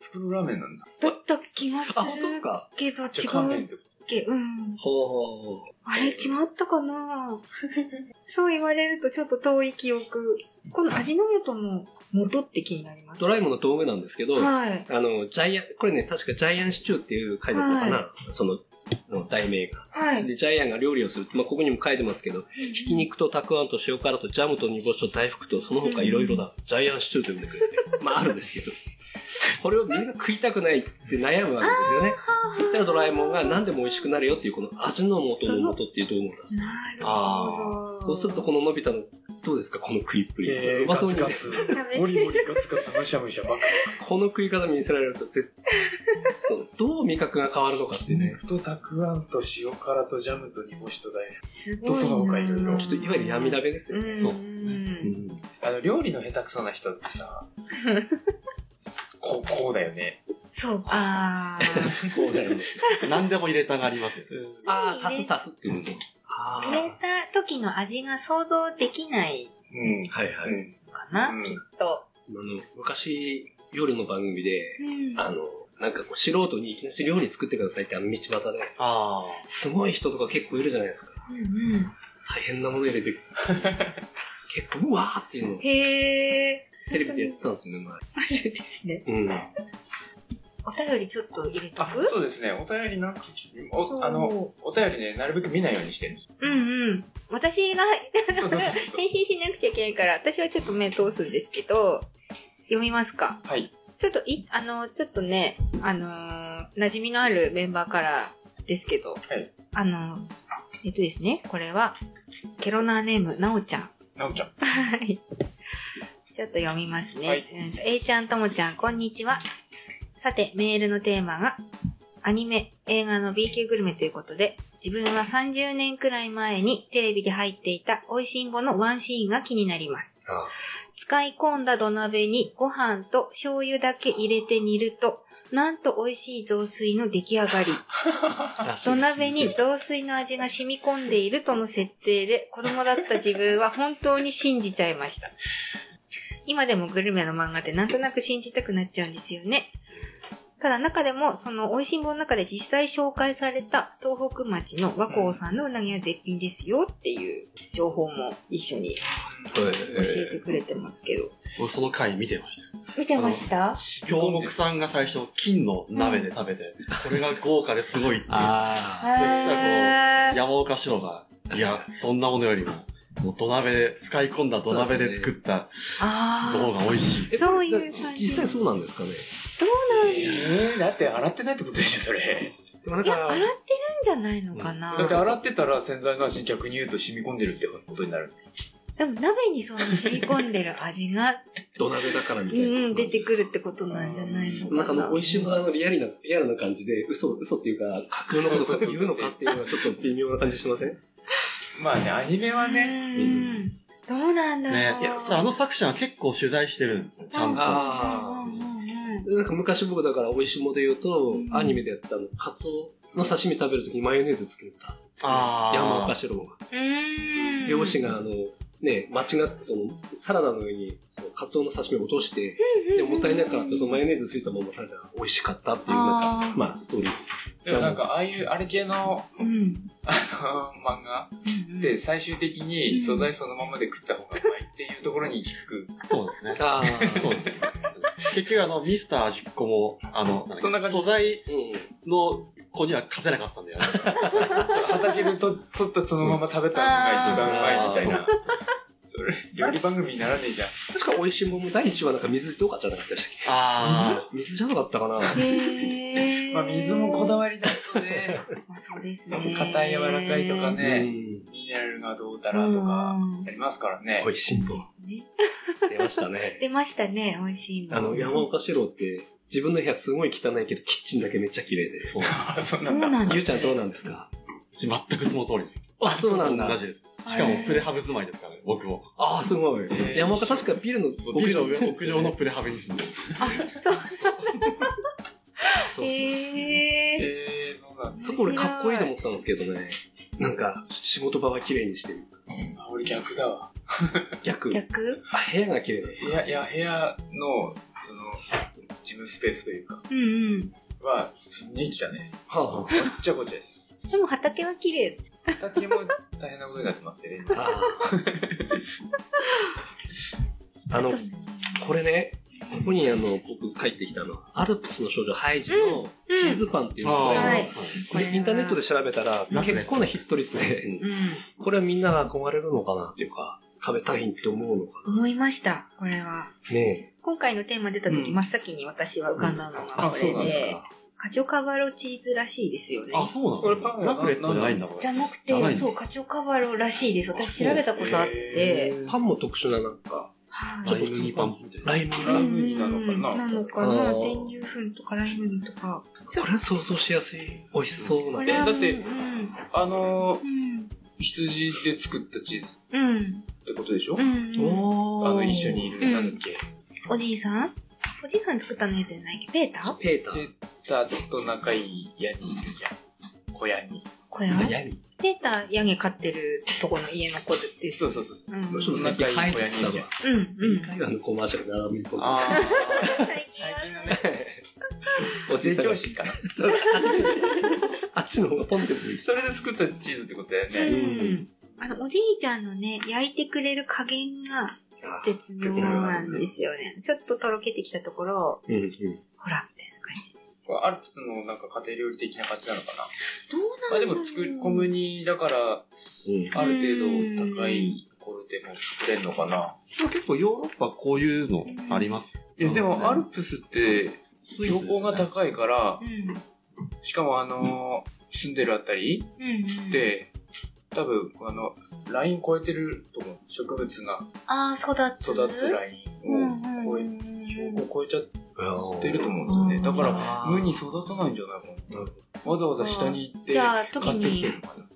袋ラーメンなんだ。
だった気がする
あ、本当ですか
けど違
じゃあ乾
う
麺
っ
ってこ
けうん。
ほう
あれ違ったか なそう言われるとちょっと遠い記憶。この味の素の元って気になります。
ドラえもんの道具なんですけど、あ
はい。
の、ジャイアン、これね、確かジャイアンシチューっていう回だったかな、その、の題名が。
はい。
で、ジャイアンが料理をする。まあ、ここにも書いてますけど、ひき肉とたくあんと塩辛とジャムと煮干しと大福とその他いろいろなジャイアンシチューと呼んでくれて、まあ、あるんですけど、これをみんな食いたくないって悩むわけですよね。だからドラえもんが何でも美味しくなるよっていうこの味の素の素っていう道具を出す。
なる
あ
ほど。
そうするとこののび太の、どうですかこの食いっぷ
と
り。
えー
まあ
ガ
そうい
ツ
う
ガツ。
食べ
モリ
て
モリガツガツむしゃむしゃばっか
この食い方見せられると絶対そうどう味覚が変わるのかって
り。
いうね
肉とたくあんと塩辛とジャムと煮干しと大福。
す
とその他いろいろ
ちょっといわゆる闇鍋ですよね、
うん
そう
う
です
ん。
ん。
あの、料理の下手くそな人ってさ、こう、こうだよね。
そう。ああ。
こうだよね
何でも入れたがりますよ。
ああ足す足すっていうこと、
うん
ああ
入れた時の味が想像できない
うん。
はいはい、
うん。
かな、
うん
きっと。
あの昔夜の番組で
うん
あのなんかこう素人にいきなり料理作ってくださいってあの道端で
あ
すごい人とか結構いるじゃないですか
うんうん
大変なもの入れて結構うわーっていうのを
へえ。
テレビでやってたんですよね
あるですね。
前うん
お便りちょっと入れと
あ、
く
そうですね。お便りなんか、
そ
お
う
あの、お便りね、なるべく見ないようにしてる。
うんうん。私が
そうそうそうそう。
返信しなくちゃいけないから、私はちょっと目通すんですけど、読みますか。
はい。
ちょっとい、あの、ちょっとね、あのー馴染みのあるメンバーからですけど、
い
あのーえっとですね、これは、ケロナーネーム、なおちゃん。
なおちゃん。
はい。ちょっと読みますね。
はい
うんと A ちゃん、ともちゃん、こんにちは。さて、メールのテーマが、アニメ、映画の B 級グルメということで、自分は30年くらい前にテレビで入っていた美味しんぼのワンシーンが気になります。
あ
使い込んだ土鍋にご飯と醤油だけ入れて煮ると、なんと美味しい雑炊の出来上がり。
ーらしい
土鍋
らしい
に雑炊の味が染み込んでいるとの設定で子供だった自分は本当に信じちゃいました。今でもグルメの漫画ってなんとなく信じたくなっちゃうんですよね。ただ中でも、その、美味しんぼの中で実際紹介された東北町の和光さんのうなぎは絶品ですよっていう情報も一緒に教えてくれてますけど。
あ。俺その回見てまし
見てました
た。京極さんが最初、金の鍋で食べて、これが豪華ですごいって。
あ
へ
ー
あ
ー
山岡志郎が、いや、そんなものよりも、もう土鍋、使い込んだ土鍋で作った
あ
方
あ。
が美味しい。
え
そういう感じ
だ実際そうなんですかね。
えー、だって洗ってないってことでしょ、それ。
でもなん
いや、洗
か
って、るんじゃないのかな。
だって洗ってたら洗剤の味逆に言うと染み込んでるってことになる。
でも鍋にその染み込んでる味が、
土鍋だから み
う
たいな。
んうん、出てくるってことなんじゃないのかな。
なんかあの、美味しいもののリアルな、リアルな感じで、嘘、嘘っていうか、架空のことを言うのかっていうのはちょっと微妙な感じしません
まあね、アニメはね、
うんどうなんだろう。
ね。いや、そうあの作者は結構取材してるんですよちゃんと。
あ
うんうんうん
なんか昔僕だから美味しいもので言うと、アニメでやったあの、カツオの刺身食べるときにマヨネーズつけた。
あー
山岡四郎が。
うん。
漁師があの、ね、間違ってその、サラダの上に、そのカツオの刺身を落として、で、もったいないからって、そのマヨネーズついたまま食べたら美味しかったっていう、なん
あ
か、まあ、ストーリー。
でもなんかああいうあれ系の、
うんうん
あの漫画
うん。
で最終的に素材そのままで食った方がうまいっていうところに行き着く。
そうですね。
ああ、
そうですね。結局あの、ミスター味っ子も、あの、
そんな感じ
素材
うん。
の子には勝てなかったんだよね。
畑でと取ったそのまま食べたのが一番うまいみたいな。それ、料理番組にならねえじゃん。
確か美味しいもの第1話なんか水とかじゃなかったでしたっけ
あ
水じゃなかったかな
へー
まあ水もこだわりだしね、
まあそうです
硬
ね。
い柔らかいとか
う
ね、
ん。
ミネラルがどうたらとか、
うん
ありますからね
美。味しいも
ね
出ましたね。
出ましたね、美味しいの。
あの、山岡四郎って、自分の部屋すごい汚いけど、キッチンだけめっちゃ綺麗で。そう。
そ
そ
ん
う
なんだ。
なんだ。
ゆうちゃんどうなんです
あ、
か
全くその通りです。
あ、そうなんだ
同。じです。しかもプレハブ住まいですからね、僕も。
ああ、すごい。
ー
山岡確かビルの
そうビルの上、屋上の。プレハブに住んでる。
あ、そう。
そうそう。
へえ。
えー、そうなんだ。
そこ俺かっこいいと思ったんですけどね。なんか、仕事場は綺麗にしてる。
あ俺逆だわ。
逆。
逆
あ、部屋が綺麗なんです
いや、いや、部屋の、その、事務スペースというか、
うんうん。
は、すんげえ汚いです。
はあ、は
ごっちゃごちゃです。
でも畑は綺麗。
畑も大変なことになってます ね。
あ、あああの、これね、ここにあの、僕帰ってきたのは、アルプスの少女ハイジのチーズパンっていうのが、
ーはいこれは
でインターネットで調べたら、
なんかね
結構なヒット率で、
うん。
これはみんなが憧れるのかなっていうか、食べたいって思うのか
思いました、これは。
な。ね
今回のテーマ出た
う
時、
ん
真っ先に私は浮かんだのがこ
う
れ
んあそうなん
で、カチョカバロチーズらしいですよね。
あ、そうなの
これパンは
ラクレットじゃないんだ、こ
じ
れ。
ゃなく
やば
て、
いね
そう、カチョカバロらしいです。私調べたことあっ
へ
て、
え。パンも特殊ななんか、
はい
ちょ
ラ
っ
イムニパンみたいな
ラ。イム
ラ
が
イムニなのかな
うんなのかな
あー
全粒粉とかライ麦とか。
これは想像しやすい。美味しそうな。
こ
あ
れは
だって
うん
あのー、
うん。
羊で作ったチーズっ
うん。
てことでしょ、
うん。うん
あの、
の
一緒。にいる、なんだっけ。
おじいさんおじいさん作ったのやつじゃないっけペーター
ペーター。
ペタと仲いいヤニいるじゃん。小ヤニ。
小屋
あヤミ。
ペーター、ヤギ飼ってるとこの家の子です。
そうそうそうそう。
うん。うん、う
ちょっと最近生えてたわ。
ん。
台湾のコマーシャルが並び込んで。
あ
最近
最
は
近のね、
おじいさんが
教。師かな。
あっちの方がポンって出てき
それで作ったチーズってことだよ
う
ね。
んあの、おじいちゃんのね、焼いてくれる加減が
た。
絶妙なんですよね。ちょっととろけてきたところを、
うんうん。
ほら、みたいな感じで。
これアルプスのなんか家庭料理的な感じなのかな。
どう
まあ
な
で
んだろう
も作り、小麦だから、ある程度高いところでも作れるのかな。
あ。結構ヨーロッパこういうのありますよ。
いや、で
うん
もアルプスって、
ス
標高が高いから
う、ん。
しかもあのー、住んでるあたり
うん。、
で、多分、あの、ライン超えてると思う。植物が
ああ、育つ。
育つラインを超え、
え
標高超えちゃっ
うん
てると思うんですよね。だから、
ら
無に育たないんじゃないか
なる
な。わざわざ下に行って、
じゃあ、
買
時
ってき
に
てる、のかな。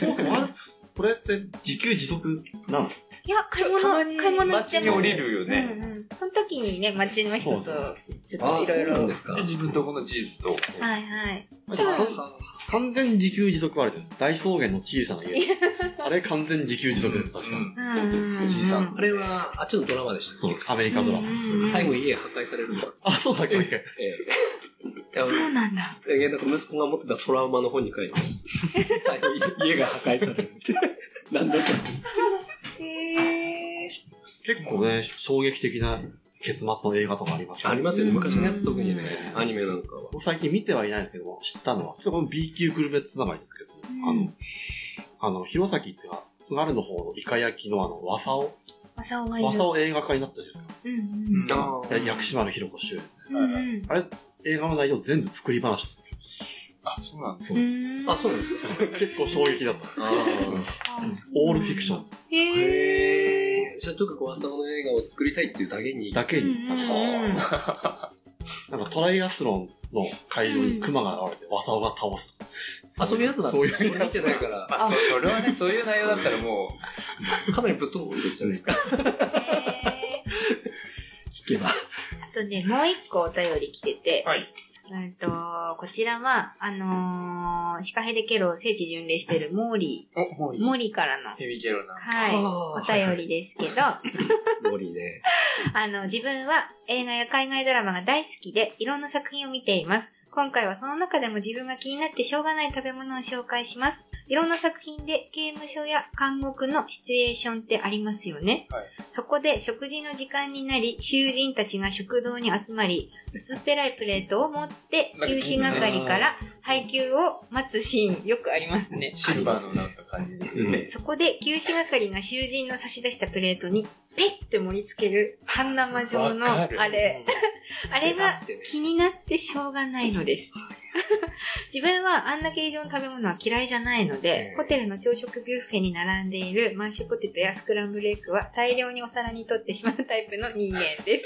そもそもアルプス、これって自給自足なの
いや、買い物、買い物行っ
街
て
に
ま
降
す。
りるよね。
うんうん。その時にね、街の人と、ちょっと
あ、
いろ
そ
いう
なん
ろ。
ですか
で。自分とこのチーズと。
はいはい。
完全自給自足はあるじゃん。大草原の小さな 家。あれ完全自給自足です、確か
う
に。
ん
うんうんうん。
おじいさん
あれは、あっちのドラマでした
そ
っ
う、アメリカドラマ。
け。最後
に。
家破壊されるの。
あ、そうだっけ
ええ。
そうなんだ。
いや、なんか息子が持ってたトラウマの本に書いて ある最後、家が破壊され るって。なんだか。
へえ。
結構ね、衝撃的な結末の映画とかあります
ありますよね、昔のやつ特に
う
ね、
ん
アニメなんかは。
僕最近見てはいないんですけども、知ったのは、ちょっとこの B 級グルメつながりですけども、あの、あの、弘前っていうのはなるの方のイカ焼きのあの、わさお。
マサオがいる
わ。さお映画化になったじゃないですか。
うん
うん
だ
あ
から
ー
薬師丸ひろ子主演で。
うん。うんうん。
あれ、映画の内容全部作り話なんですよ。
あ、そうなんです
うーん
あ、そうなんですか。
結構衝撃だった。
ああ。
オールフィクション
へえ。
へえ。じゃあ、とにかく和さの映画を作りたいっていうだけに。
だけ
うん
に、
うんうん
なんかトライアスロンの会場に熊が現れて、わさおが倒すと。
あ、そういうやつだ。
そういう
俺見てないから、
まあ、そそれはね、そういう内容だったらもう、
かなりぶっ飛ぶじゃないですか。聞けば。
あとね、もう一個お便り来てて、
はい。
うんと、こちらは、あのー、シカヘデケロを聖地巡礼してるモーリ
お、もうい
ー、
い。
モーリーからの、
ヘビゲロな。
はい、お便りですけど、
り。モリね。
あの、自分は映画や海外ドラマが大好きで、いろんな作品を見ています。今回はその中でも自分が気になってしょうがない食べ物を紹介します。いろんな作品で刑務所や監獄のシチュエーションってありますよね。
はい
そこで食事の時間になり、囚人たちが食堂に集まり、薄っぺらいプレートを持って、
なんか
休止係から配給を待つシーン、よくありますね。
シルバーのなんか感じですよね。
そこで、給仕係が囚人の差し出したプレートに、ペッて盛り付ける、半生状の、あ
わかる
れ。 あれが気になってしょうがないのです。 自分はあんな形状の食べ物は嫌いじゃないので、
ええ
ホテルの朝食ビュッフェに並んでいるマッシュポテトやスクランブルエッグは大量にお皿に取ってしまうタイプの人間です。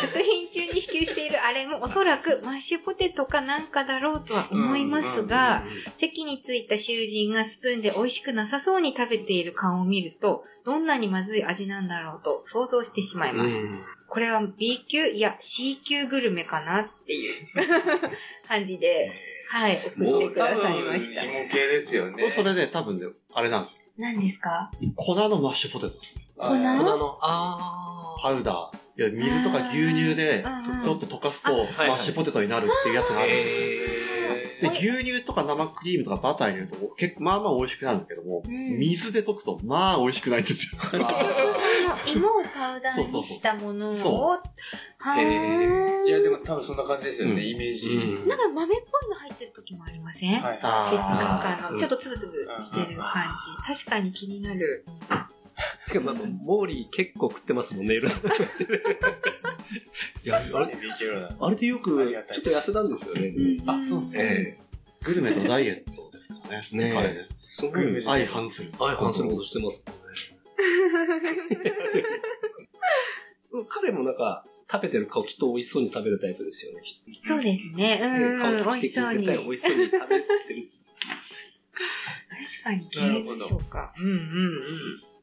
作品中に支給しているあれもおそらくマッシュポテトかなんかだろうとは思いますが、席に着いた囚人がスプーンで美味しくなさそうに食べている顔を見ると、どんなにまずい味なんだろうと想像してしまいます。これは B 級いや C 級グルメかなって いう感じで、はい、送ってくださいました。
芋系ですよね。
それで多分ね、あれなんですよ。
何ですか
粉のマッシュポテトなんですよ。
あー、
粉
粉の、あ
パウダー。いや、水とか牛乳で、
うんうん
ちょっと溶かすと、
あはい
マッシュポテトになるっていうやつがあるんですよ。
え
で、牛乳とか生クリームとかバター入れると、結構、まあまあ美味しくなるんだけども、
ん
水で溶くと、まあ美味しくないんですよ。
ーあ
その芋をパウダーにしたものを、
そうそ
は
ー
ー
いや、でも多分そんな感じですよ
うん
ね、イメージ。
なんか豆っぽいの入ってる時もありません
はい。
あ
なん
あ
かあの、ちょっとつぶつぶしてる感じ。確かに気になる。
ー。でもなんかモーリー結構食ってますもんね、いろんな。いや、あれ
ヘビゲロな。
あれでよく、ちょっと痩せたんですよね。
あ、そうね。
ええ。
グルメとダイエットですからね。
ねえ
彼ね。
すご
グルメ
い。
で
相反する。
相反することしてますもんね。彼もなんか、食べてる顔きっと美味しそうに食べるタイプですよね。きっ と
そうですね。う
ね顔
ん、美
つ
味
き
し
的
そう
に
に。
絶対美
確
味しそうに食べてるし。
かに綺麗でしょうか。うんうん。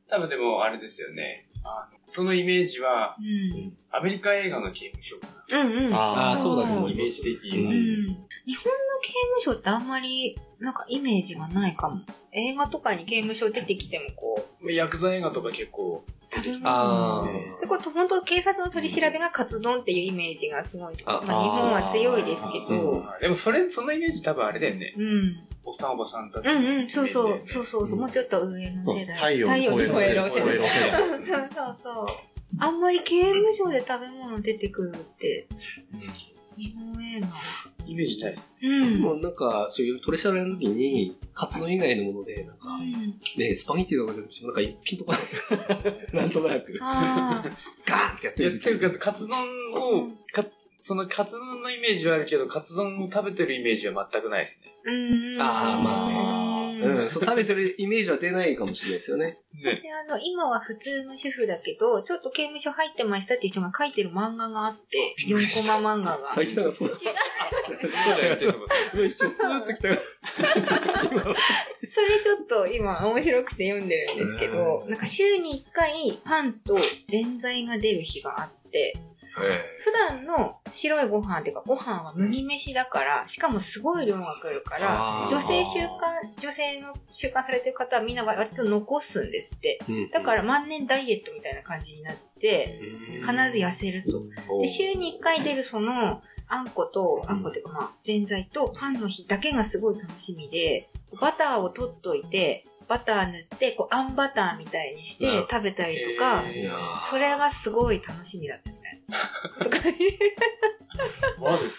多分でも、あれですよね。あのそのイメージは、
うん
アメリカ映画の刑務所かな
うんうん。
あ
あ
あ
あ、そうだと思
イ
い
メ
ま
ー
す
ジ。的
う
うん
に。
日本の刑務所ってあんまり、なんかイメージがないかも。映画とかに刑務所出てきてもこう、
薬剤映画とか結構、
食べ物の
ああ。
それこそ本当警察の取り調べがカツ丼っていうイメージがすごい。まあ
あ
日本は強いですけど。
あーでもそれ、そのイメージ多分あれだよね。
うん。
おっさんおばさんたち。
うんうん、そうそう、そうそうそう、
うん
もうちょっと上の
そう
世代。
太陽を超える
太陽
世
を
代。
超え
超
る
える世代。
世代そうそう。あんまり刑務所で食べ物出てくるって、日本映画。
イメージない。
う
で
ん。
もなんか、そういう取り調べの時に、カツ丼以外のもので、なんか、ね、スパゲッティとかでもなんか一品とかない、なんとなく、
ああ、
ガーンってやっ
い
て
や、
る
て
時。
いうか、カツ丼
う
を
ん、
かそのカツ丼のイメージはあるけど、カツ丼を食べてるイメージは全くないですね。
うん。
あーまあ
ね
うん、そう食べてるイメージは出ないかもしれないですよね。
ね。
私あの、今は普通の主婦だけど、ちょっと刑務所入ってましたっていう人が書いてる漫画があって、4コマ漫画が。
佐伯さんがそうだった。
そうじゃなくて
今一瞬スーッと来たよ。
それちょっと今面白くて読んでるんですけど、なんか週に1回パンとぜんざいが出る日があって、普段の白いご飯っていうかご飯は麦飯だから、しかもすごい量が来るから、
あー、
女性習慣、女性の習慣されてる方はみんな割と残すんですって。だからら万年ダイエットみたいな感じになって、必ず痩せると。で週に1回出るそのあんことあんこっていうかまあぜんざいとパンの日だけがすごい楽しみでバターを取っといてバター塗ってこうあんバターみたいにして
うん
食べたりとか、
え
いやー
それがすごい楽しみだったみたいな。とか
和ですね。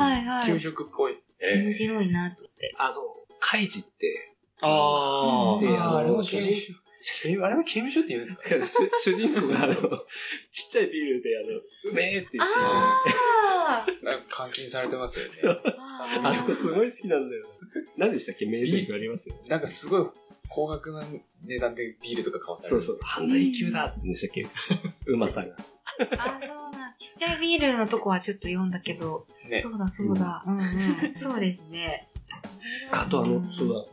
はいはい
給食っぽい。
面白いなと思って。
あの、カイジって、
あ
で、
あー
あ
あれ
の、
も
主
刑務
人
所刑務あれは刑務所って言うんですか
から主主人公があの、ちっちゃいビールであの、うめえっていうシーンあ
あ
なんか監禁されてますよね。
ー
の子すごい好きなんだよな。何でしたっけ名作がありますよね。
なんかすごい高額な値段でビールとか買わされ
そ
る。
うそう、犯罪級だって言うんでしたっけ うまさが。
あー、そうなん。ちっちゃいビールのとこはちょっと読んだけど、
ね。
そうだそうだ。うんうん。そうですね。
あとあの、そうだ、こ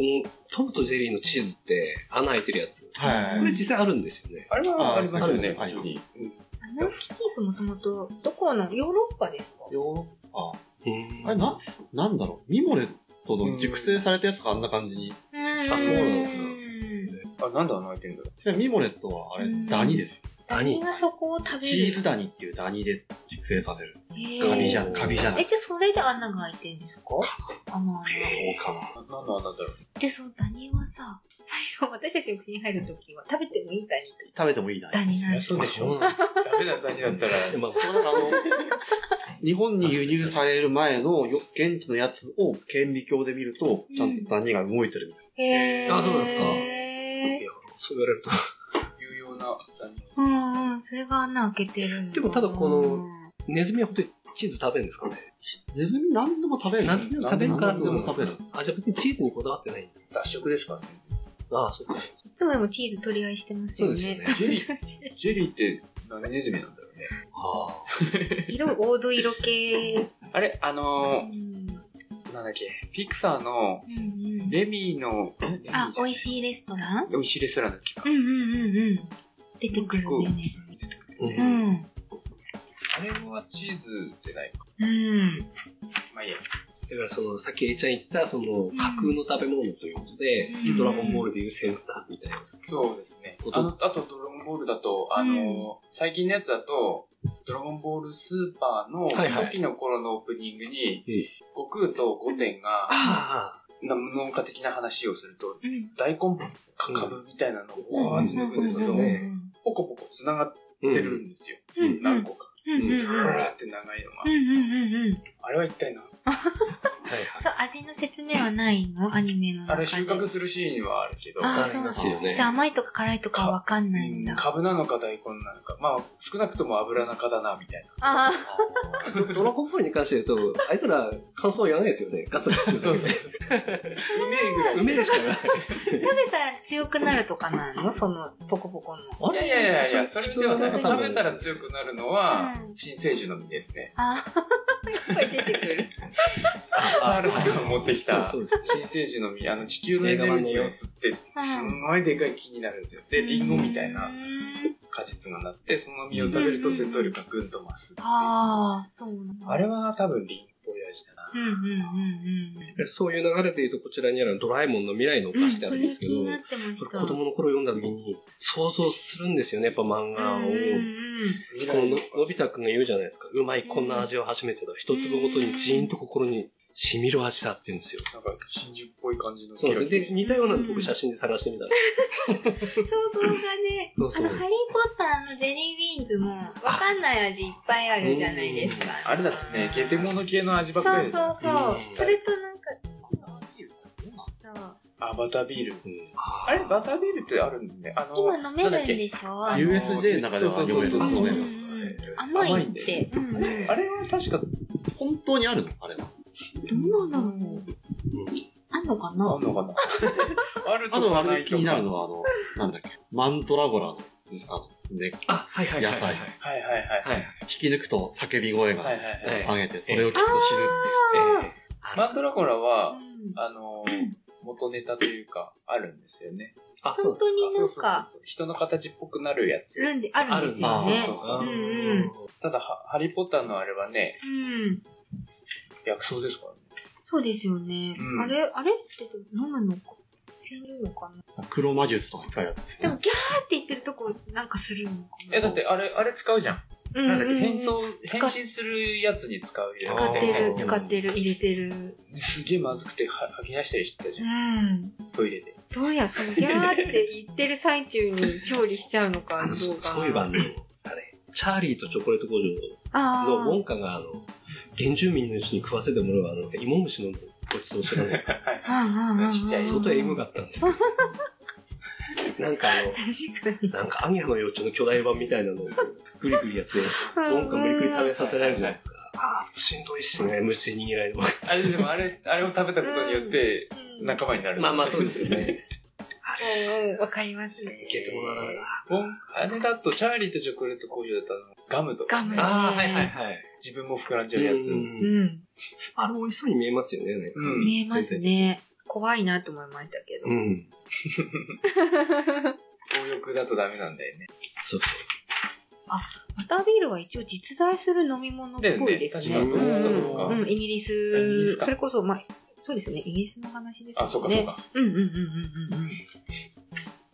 のトムとジェリーのチーズって穴開いてるやつ。
はい
これ実際あるんですよね。
あれはありますよね。
ありますね
あのキチーズもともと、どこの、ヨーロッパですか
ヨーロッパ。
うん
あれ、な、なんだろうミモレットの熟成されたやつがあんな感じに。
あ
あそうなんです
か
よ
あ、なんで穴開いてるんだろ
ちなみにミモレットはあれ
う、ん
ダニです。
ダ
ダ
ニ
ニがそこを食べる。
チーズダニっていうダニで熟成させる。
へー
カビじゃん、カビじゃな
え、
い。
じゃあそれで穴が開いてるん ですかあの穴。
そうかな。
う。なんの穴だろう。
で、そのダニはさ、最後私たちの口に入るときは食べてもいいダニと
食べてもいいダニ。
ダニなんです
そうでしょ。ダメな感じだったら、
まあ、
なんかあの、日本に輸入される前のよ現地のやつを顕微鏡で見ると、ちゃんとダニが動いてるみたい
へー
あそうなんですか
へ
そう言われると。
有用な穴に。
ーうんうん、それが穴開けてるん
でもただこのネズミは本当にチーズ食べるんですかね
な。ネズミ何でも食べる。
何でも食べるから
何
と
で
思
も
います
食べる。
あ、じゃあ別にチーズにこだわってない
脱色ですからね。
ああ、そうか。
いつもでもチーズ取り合いしてますよね。
そうですよね
ジェ リー、ジェリーって何ネズミなんだろうね。
あ
色、黄土色系。
あれ、あ
う
の
ん
ー、なんだっけ、ピクサーの
うんうん
レミーの、
あ、美味
しい。
しいレストラン
美味しいレストランだっけか。
うんうんうんうん。出てくるね、ネズミ。う
あ。
ん。
あれはチーズじゃないか。
うん。
まあいいや。
だからその、さっき A ちゃん言ってた、その、架空の食べ物ということで、
うん
ドラゴンボールでいうセンサーみたいな。
そうですね
こ。と
あの、あとドラゴンボールだと、あの、最近のやつだと、ドラゴンボールスーパーの
はいはい
初期の頃のオープニングに、
ええ
悟空と御天が、
あ
な無農家的な話をすると、
うん
大根か株みたいなの
うん
をわーって抜くんですけど、
うんうん
ポコポコ繋がって
あ。
るんですよ。
うん
何個か。
うんうんうん
ずーって長いのが
う。んうんうんうん。
あれは一体な、
はいはい。
そう、味の説明はないのアニメの中で。
あれ収穫するシーンはあるけど、
あ
ありますよね
じゃ。あ甘いとか辛いとかはわかんないんだ。
株なのか大根なのか、まあ少なくとも油中だな、みたいな。
あ
ドラゴンボールに関して言うと、あいつら感想言わないですよね。ガツガツ言んだけど。
うめえぐらいしか
うめえしかない。
ー食べたら強くなるとかなのその、ポコポコの。
あ
いやいやいやいや、それではない。
普通の
食べたら強くなるのは
う、ん
新生児の実です ね。
あーいっぱい出てくる。
パールさんが持ってきた、
そ
新
うそうです
生児の実、あの、地球のエネルギーを吸って、すんごいでかい木になるんですよ。で、リンゴみたいな
うん
果実がなって、その実を食べると戦闘力がぐんと増すっていう。
ああ、そうなんだ。
あれは多分リンゴ味だな
う。んうんうんうん。
ねそういう流れで言うと、こちらにあるドラえもんの未来のお菓子ってあ
こ
るんで
れ
す
気
けど、
になってまし
こ
た。
れ子供の頃読んだ時に想像するんですよね、やっぱ漫画を。
うんうんうん
未
この
来
の
の
のび太くんが言うじゃないですか。うまい、こんな味を初めてだ。一粒ごとにジーンと心に染みる味だって言うんですよ。
なんか、真珠っぽい感じの。
そうですね。で、似たようなの
うん
僕写真で探してみたら。
想像 がね、
そうそう
あの、ハリーポッターのジェリービーンズも、わかんない味いっぱいあるじゃないですか。
あれだってね、ゲテモノ系の味
そ
ば
う
っかりです
そうそう
う。ん
それとなんか、そう。
あ、バタービール。
うん
あれ、バタービールってあるんで、あの、
今飲め
なんだ
る
っ
ん
け
でしょ
あの
USJ の中では
そうそうそうそう
読める
そうそうそう
甘いっ
んで
て。うんうん
あれは確か、
本当にあるのあれは。
どうなのあんのか
あ
なん
のかなある
あ
と
と、
か
あ
な
れ
い
気
と
になる
か。
のは、あの、なんだっけ、マントラゴラの、あの、ね、
あ、はいはいはいはい。
野菜
はいはいはい。
はい。
引き抜くと叫び声
はい
が
はい
は
はいい。
上げて、それを聞くと死ぬっていう。
ええ
マンドラゴラは、
うん
あのー、元ネタというか、あるんですよね。
あ、そう
本当になん
そう
か、
そうそう人の形っぽくなるやつ。
るんで、あるんですよね
あるん。だ
うん
ただ、ハハリーポッターのあれはね、
うん。
薬草ですからね。
そうですよね
う。ん
あれ、あれって飲むのか吸えるのかな
黒魔術とかに使うやつです
で
ね
も、。ギャーって言ってるとこ、なんかするのかな
え、だって、あれ、あれ使うじゃん。
うん
なんだっ
うんう
け、
ん
変装、変身するやつに使うやつ
使って
あー
る、使ってる、入れてる。
すげえまずくて、は吐き出したりしてたじ
う
ゃん。
ん。
トイレで。
どうや、そのギャーって言ってる最中に調理しちゃうのか
あ
ど
の、
うかな。
そういえばあの、あれ、チャーリーとチョコレート工
あ
場の
ー
文化が、あの、原住民の人に食わせてもらう、あの、芋虫のごちそうしてたんですけど
うんうんうんうん
ちっちゃい
相当エグかったんですけど。 なんかあの、
確かに。
なんかアニラの幼鳥の巨大版みたいなのをグリグリやって、どんか無理くり食べさせられるじゃないですか。ああ、少ししんどいっすね。虫に逃げられる。
あれ、でもあれ、あれを食べたことによって、
うん
仲間になる。
まあまあそうですよね。
うんうんわかりますね。
ゲテモノだな。
ボンあれだと、チャーリーとチョコレート工場だったの、ガムとか、
ガム
ああ、はいはいはい。
自分も膨らんじゃうやつ。
うん
うん。
あれ美味しそうに見えますよね。
うん
見えますね。怖いなと思いましたけど。
うん。
強欲だとダメなんだよね。
そう
バタービールは一応実在する飲み物っぽいですね。
だよ
ね確か
うん
にドイツかどうか
うん、イギリ
イギリス
ス、
か
それこそ、まあ、そうですよね、イギリスの話ですよ
あ、
ね。
そうかそうか。
うんうんうんうんうんうん。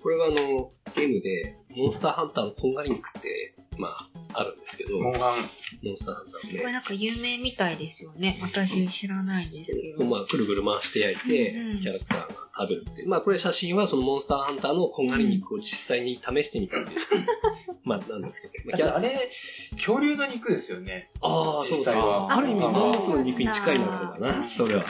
これはあの、ゲームで、モンスターハンターのこんがり肉って、まあ、あるんですけど、
モ
モ
ンハン。
ンスターハンター
こ
の
れ
ね、
なんか有名みたいですよね。私知らないですけど。
まあ、くるぐる回して焼いて、
うんうん
キャラクターが食べるって。まあ、これ写真はそのモンスターハンターのこんがり肉を実際に試してみ たっていう、まあ、なんですけど。まあ、キャラ
あれ、恐竜の肉ですよね。
ああ、そう
実
だ
際。は。
ある意味、
ま
そ
あ
の
まあ
モスの肉に近いのかな、それは。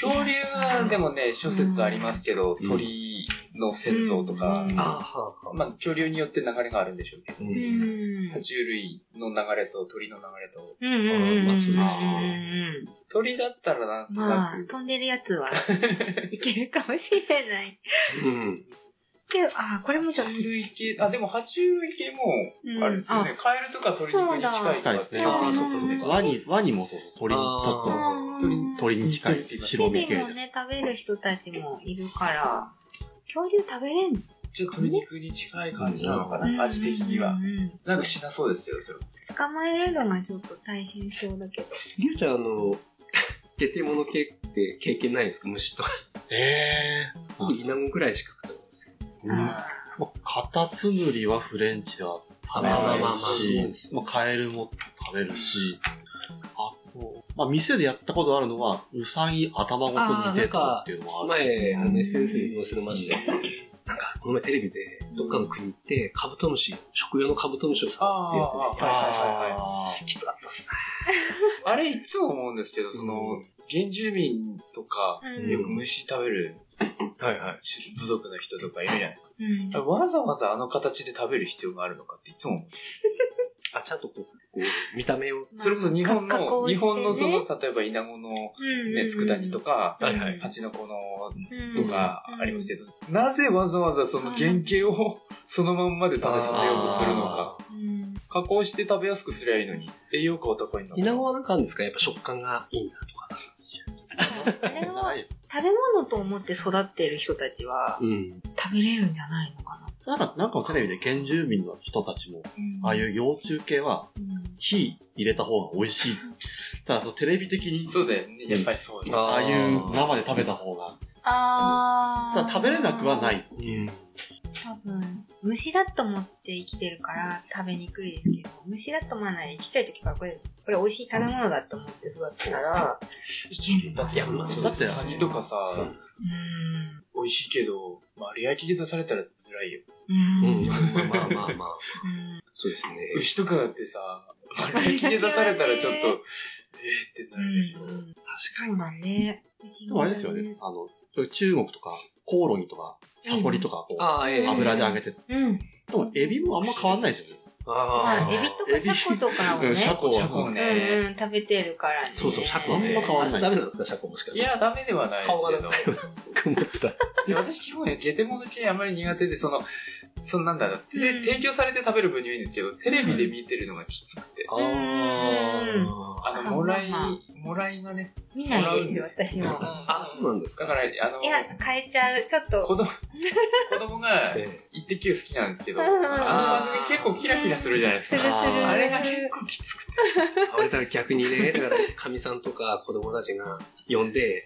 恐竜はでもね、諸説ありますけど、鳥の先祖とか、
うん
ああ、はあ、はあ。
まあ恐竜によって流れがあるんでしょうけど、
う。
うんん。
爬虫類の流れと鳥の流れと、
うんうんうんうんうん
まあそうです
うん
鳥だったらなんとな
まあ、
く、
飛んでるやつはいけるかもしれない。
うん。
けど、あ、これもじゃあ、
爬虫類系、あ、でも爬虫類系も、あれですよね、カエルとか鳥肉に近いとかっていう
そうだ
あー
そうだ
そうかそうか
ワニ、ワニもそうそう、鳥に、ちょっと、
うん
鳥に近い白身
ヘ
系
ビも
です。
ね、食べる人たちもいるから、恐竜食べれん
ちょっと鳥肉に近い感じなのかな、味的に
う
は
ん。うんうん
なんかしなそうですけど、それ。
捕まえるのがちょっと大変そうだけど。
りゅうちゃん、あの、 ゲテモノ系って経験ないですか虫とか。
ええ
イナゴぐらいしか食ったことないですけど。
まあカタツムリはフレンチでは食べ
まあまあまあま
ら
あ
れるし、まあ、カエルも食べるし、あと、まあ、店でやったことあるのは、ウサギ頭ごと煮てとかっていうのもある。
前、あの、SNS に載せてましたよなんか、この前テレビで、どっかの国行って、カブトムシ、食用のカブトムシを探すってやつ
あー
で、
はいはいはい
あ
きつかったっすね。
あれ、いつも思うんですけど、その、原住民とか、
うん
よく虫食べる
はいはい。
部族の人とかいるじゃない
うん
わざわざあの形で食べる必要があるのかっていつも思う。
あ、ちゃんとこう、こう見た目を。
それこそ日本
か加
の、
工
日本の
して
そ
ね
の、例えばイナゴのね、佃煮と
か、
か、
はいはい
蜂の子の
うん
とかありますけど、なぜわざわざその原型をそのまんまで食べさせようとするのか。
うん
加工して食べやすくすりゃいいのに、栄養価は高いの
イナゴはなんかあるんですかやっぱ食感がいいんだとか。
あれ は食べ物と思って育ってる人たちは
うん。
食べれるんじゃないのかな。
なんか、なんかのテレビで原住民の人たちも、ああいう幼虫系は
うん
火入れた方が美味しい。ただ、そのテレビ的に、
そうだよね。やっぱりそうだ、ね。
ああいう生で食べた方が、
あ
ただ
ー
食べれなくはな。い。
うん。
多分、虫だと思って生きてるから食べにくいですけど、虫だと思わないちっちゃい時からこれ、これ美味しい食べ物だと思って育ったら、いけるんだ。
だって、
いやまあそう
だって
サニとかさ、
そう
うん。
美味しいけど、丸焼きで出されたら辛いよ。
うん。
うん。まあまあまあまあ。
うん
そうですね。
牛とかだってさ、丸焼きで出されたらち ょっと、えーってなるでしょ。
うんそうだね。
でもあれですよね、あの、そういう中国とか、コオロギとか、サソリとか、こう、
ああ、ええ。
油で揚げて、で
うん。
もエビもあんま変わんないですよね。
ま
あ
あ、
あ。
エビとかシャコとかを
うん
ね、
シャコ
シャコ
は。
ね。
うんうん、食べてるからね。
そうそう、シャコ
あん
ね。
ま変わんない
あダメなんですかシャコもしかし
い
て。
や、ダメではないです
顔が
け
なん
ど
か。曇った。
いや私基本ね、ゲテモノ系あまり苦手で、その、そのなんだろう、て
うん
提供されて食べる分にはいいんですけど、テレビで見てるのがきつくて。
あ
うん
あ。
あの、もらい
まあま、
もらいがね。
見ないですよ、私も。
あ、そうなんですか
だから、あの
い、や、変えちゃう。ちょっ
子
と。
供、子供が、
え
イ
え
ッテ Q 好きなんですけど、
う
あ
ん
の番組結構キラキラするじゃないですか
するす。る。
あー
あれが結構きつくて。
俺だから逆にね、だから、かみさんとか子供たちが呼んで、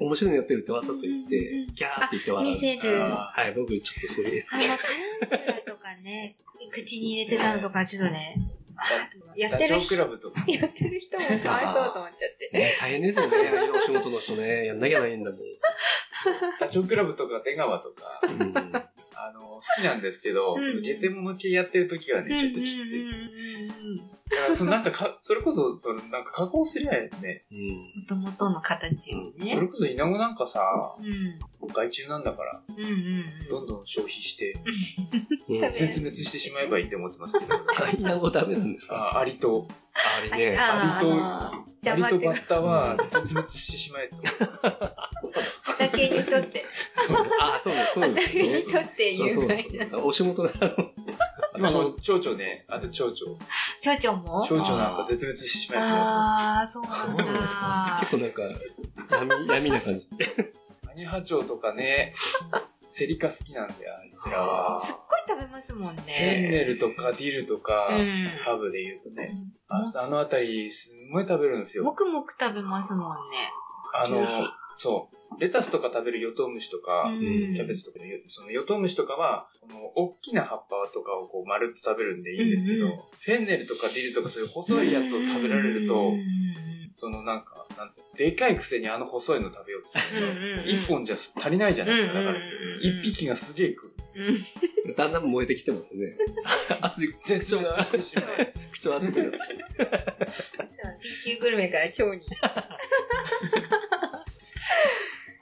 面白いのやってるってわざと言って
うんうんうん、
ギャーって言って笑う。
見せる。
あ
はい、僕ちょっとそういう S
あの、タランチュラとかね、口に入れてたのとか、ちょっとね、や
ダ
って
チ
る
ョウ
人
ク、ラブとか。
やってる人もかわいそうと思っちゃって。
ね、大変ですよね。お仕事の人ね、やんなきゃないんだもん。
ダチョウクラブとか出川とか、
うん
ああの、好きなんですけど、
うん
そのゲテモノ系やってる時はね、 ちょっときつい。
い。
だから、そのなんかか、それこそ、そのなんか加工すりゃいいね、
うん。
もともとの形を
そ
ね。
れこそイナゴなんかさ、
うん。う
害虫なんだから、
んうん
どんどん消費して、
うん
だね
絶滅してしまえばいいって思ってます けど、
ダイナゴダメなんですか
あアリと、
あれ
うん。
ね。
あー
割
あの
ア
邪
リ
魔っ
と
て
バ
か
ッタは絶滅してしまえと。
畑にとって、
あ、そうです、そうです。
畑にとって
そう
有
そう
害な。
そう。お仕事だ。
今の、蝶々ね、あと蝶々。
蝶々も
蝶々なんか絶滅してしまえと思ってます。
ああ、そうなん
そうなんです
だ。
結構なんか、闇、闇な感じ。
アニハチョウとかね、セリカ好きなんだよ、あいつらは。
すっごい食べますもん
ヘン
ね。
ネルとかディルとか、
うん。
ハブで言うとね、あ
もう
あのあたりすんごい食べるんです
も
よ。
くもく食べますもん
あの
美味しい、
そう、レタスとか食べるヨトウムシとか、
ね。うん
キャベツとかのヨそのヨトウムシとかは、この大きな葉っぱとかをこう丸っと食べるんでいいんですけど、
うんう
フェンネルとかディルとかそういう細いやつを食べられると、
うんうん
そのなんか、なんてでかいくせにあの細いの食べようとすると、
うんうん
一本じゃ足りないじゃないですか。だから、
うんうん
一匹がすげえ食うんですよ
うん
だんだん燃えてきてますね。熱い、
絶滅してしまう。
口調熱くなってきて。
B 級グルメから腸に。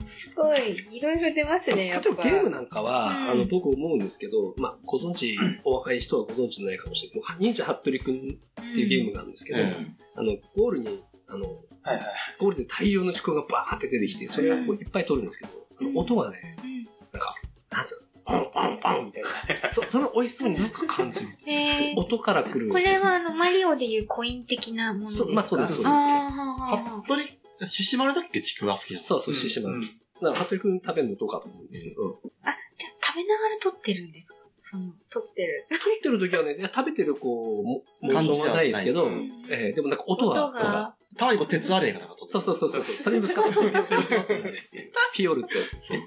すごい、いろいろ出ますね、
例
やっ
えば
ぱ。
ゲームなんかは、
うん
あの、僕思うんですけど、まあ、ご存知、お若い人はご存知ないかもしれないけど、忍者ハットリくんっていうゲームがあるんですけど、
うん
あの、ゴールに、あの、
はいはい。
ゴールで大量の思考がバーって出てきて、それがこういっぱい取るんですけど、あの音がね、なんか、なんつうの、パンパンパンみたいな。そそれ美味しそうになんか感じる。
へー
音から来る。
これはあの、マリオでいうコイン的なものです
そ
か
うまあそうですそうです
あ
服部、獅子丸だっけちくわ好きなんです
そうそう、獅子丸。
うん
だから、服部君食べるのどうかと思うんですけど、
ーあ、じゃあ食べながら撮ってるんですかその、撮ってる。
食べてる時はね、いや食べてるこう、も
感
モ
じ
ー
で
ショ
は
ンはないですけど
ない、
えーでもなんか音が、
音が
たまにこう鉄アレイがなんか撮って
そうそううそうそうそう、それにぶつかって、ピオルってやつですね。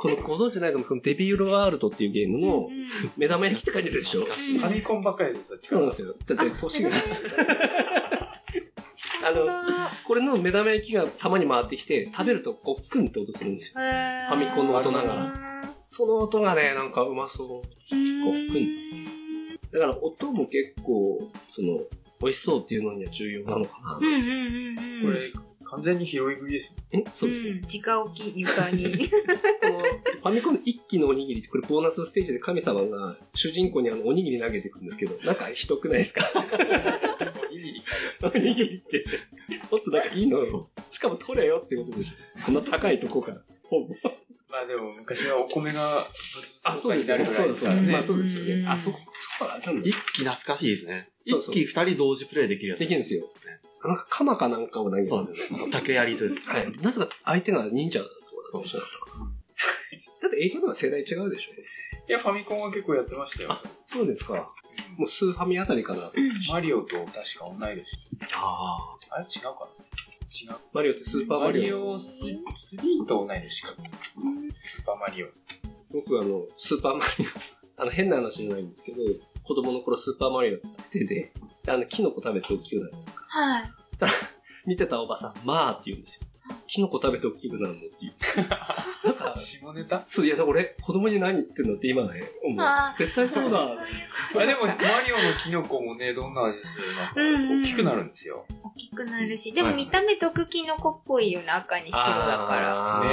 このご存知ないかも、このデビューロワールドっていうゲー ムの目玉焼きって書いてるでしょ。
うん
ファミコンばっかりですよ。
そうなんですよ。だって年が。 あの、
あ
これの目玉焼きがたまに回ってきて、食べるとごっくんって音するんですよ。
ァ
ァミコンの音なが
ら。
その音がね、なんかうまそう。
ご
っくだから音も結構、その、美味しそうっていうのには重要なのかな。
うんうんうんうん。
これ、完全に拾い食いですね。
んそうです
う
ね
ん。直置き床に。
このファミコンの一期のおにぎりって、これボーナスステージで神様が主人公にあのおにぎり投げてくんですけど、なんかひどくないですか
おにぎり
おにぎりって。もっとなんかいいの
そ
しかも取れよってことでしょ。こんな高いとこから。ほぼ。
まあでも、昔はお米が、
あ、そうです
よ
よ
ね。
ね。そうですよね。まあそうですよ
うん
ね。あ、そこ、そこはあるんだ
一気懐かしいですね。
そ
一
うそう
気二人同時プレイできるやつ。
できるんですよ。なんか鎌かなんかを投げて
そう
ます
で
よ。
すよね。竹槍とですね。
はい。なぜか相手が忍者だとかだったかな。だって映像とか世代違うでしょ。
いや、ファミコンは結構やってましたよ
あ。そうですか。もうスーファミあたりかな。
マリオと確か同い年。
ああ。
あれ違うかな違う。
マリオってスーパー
マ
マリ
リ
オ。
オスリーと同い年か。スーパーマリオ。
僕あの、スーパーマリオ。あの、変な話じゃないんですけど、子供の頃スーパーマリオやってて、あの、キノコ食べて大きくなるんですか。
はい。
見てたおばさん、まあって言うんですよ。キノコ食べて大きくなるのっていう。 なんか、
下ネタ
そう、いや、俺、子供に何言ってんのって今ね、思う
あ。
絶対そうだ。
あ、でも、マリオのキノコもね、どんな味するのか、
うんうん
大きくなるんですよ。
大きくなるし、でも見た目毒キノコっぽいよね、赤に白だから。
あ
ー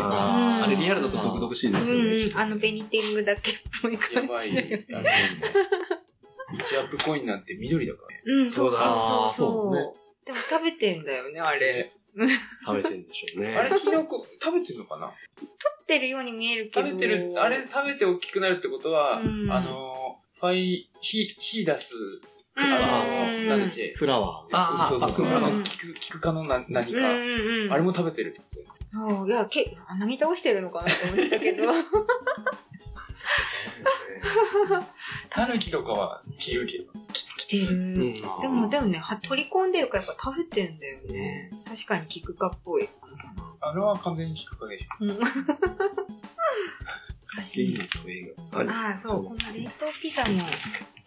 う
ー
ん
あれリアルだと独々しいで
うん
す
う
よ
ん、あのベニテングだけっぽい
や
感
ばい。
じ
あれも1アップコインなんて緑だからね。
うん、そうそうそう
そう
そう
だ
でも食べてんだよね、あれ。
食べてんでしょうね。
あれ、キノコ、食べてるのかな
食ってるように見えるけど。
食べてる、あれ食べて大きくなるってことは、
うん
あの、ファイ、ヒ、ヒーダス、あの、
うん
なんだっけ、
フラワー。
あ
そうそうそう、
あ
あ
う
の、
ん
キク、キク科のな何
うん
か、
うんうん。
あれも食べてるってこと
そういや、け、あなぎ倒してるのかなって思ってた けど。
タヌキとかは着るけど。
来て
う
る。
ん
でも、でもね、は取り込んでるからやっぱ食べてんだよね。確かにキクカっぽい。
あれは完全にキク科でしょ。
うん。
ゲームと映画。あれ
ああ、そう、この冷凍ピザも。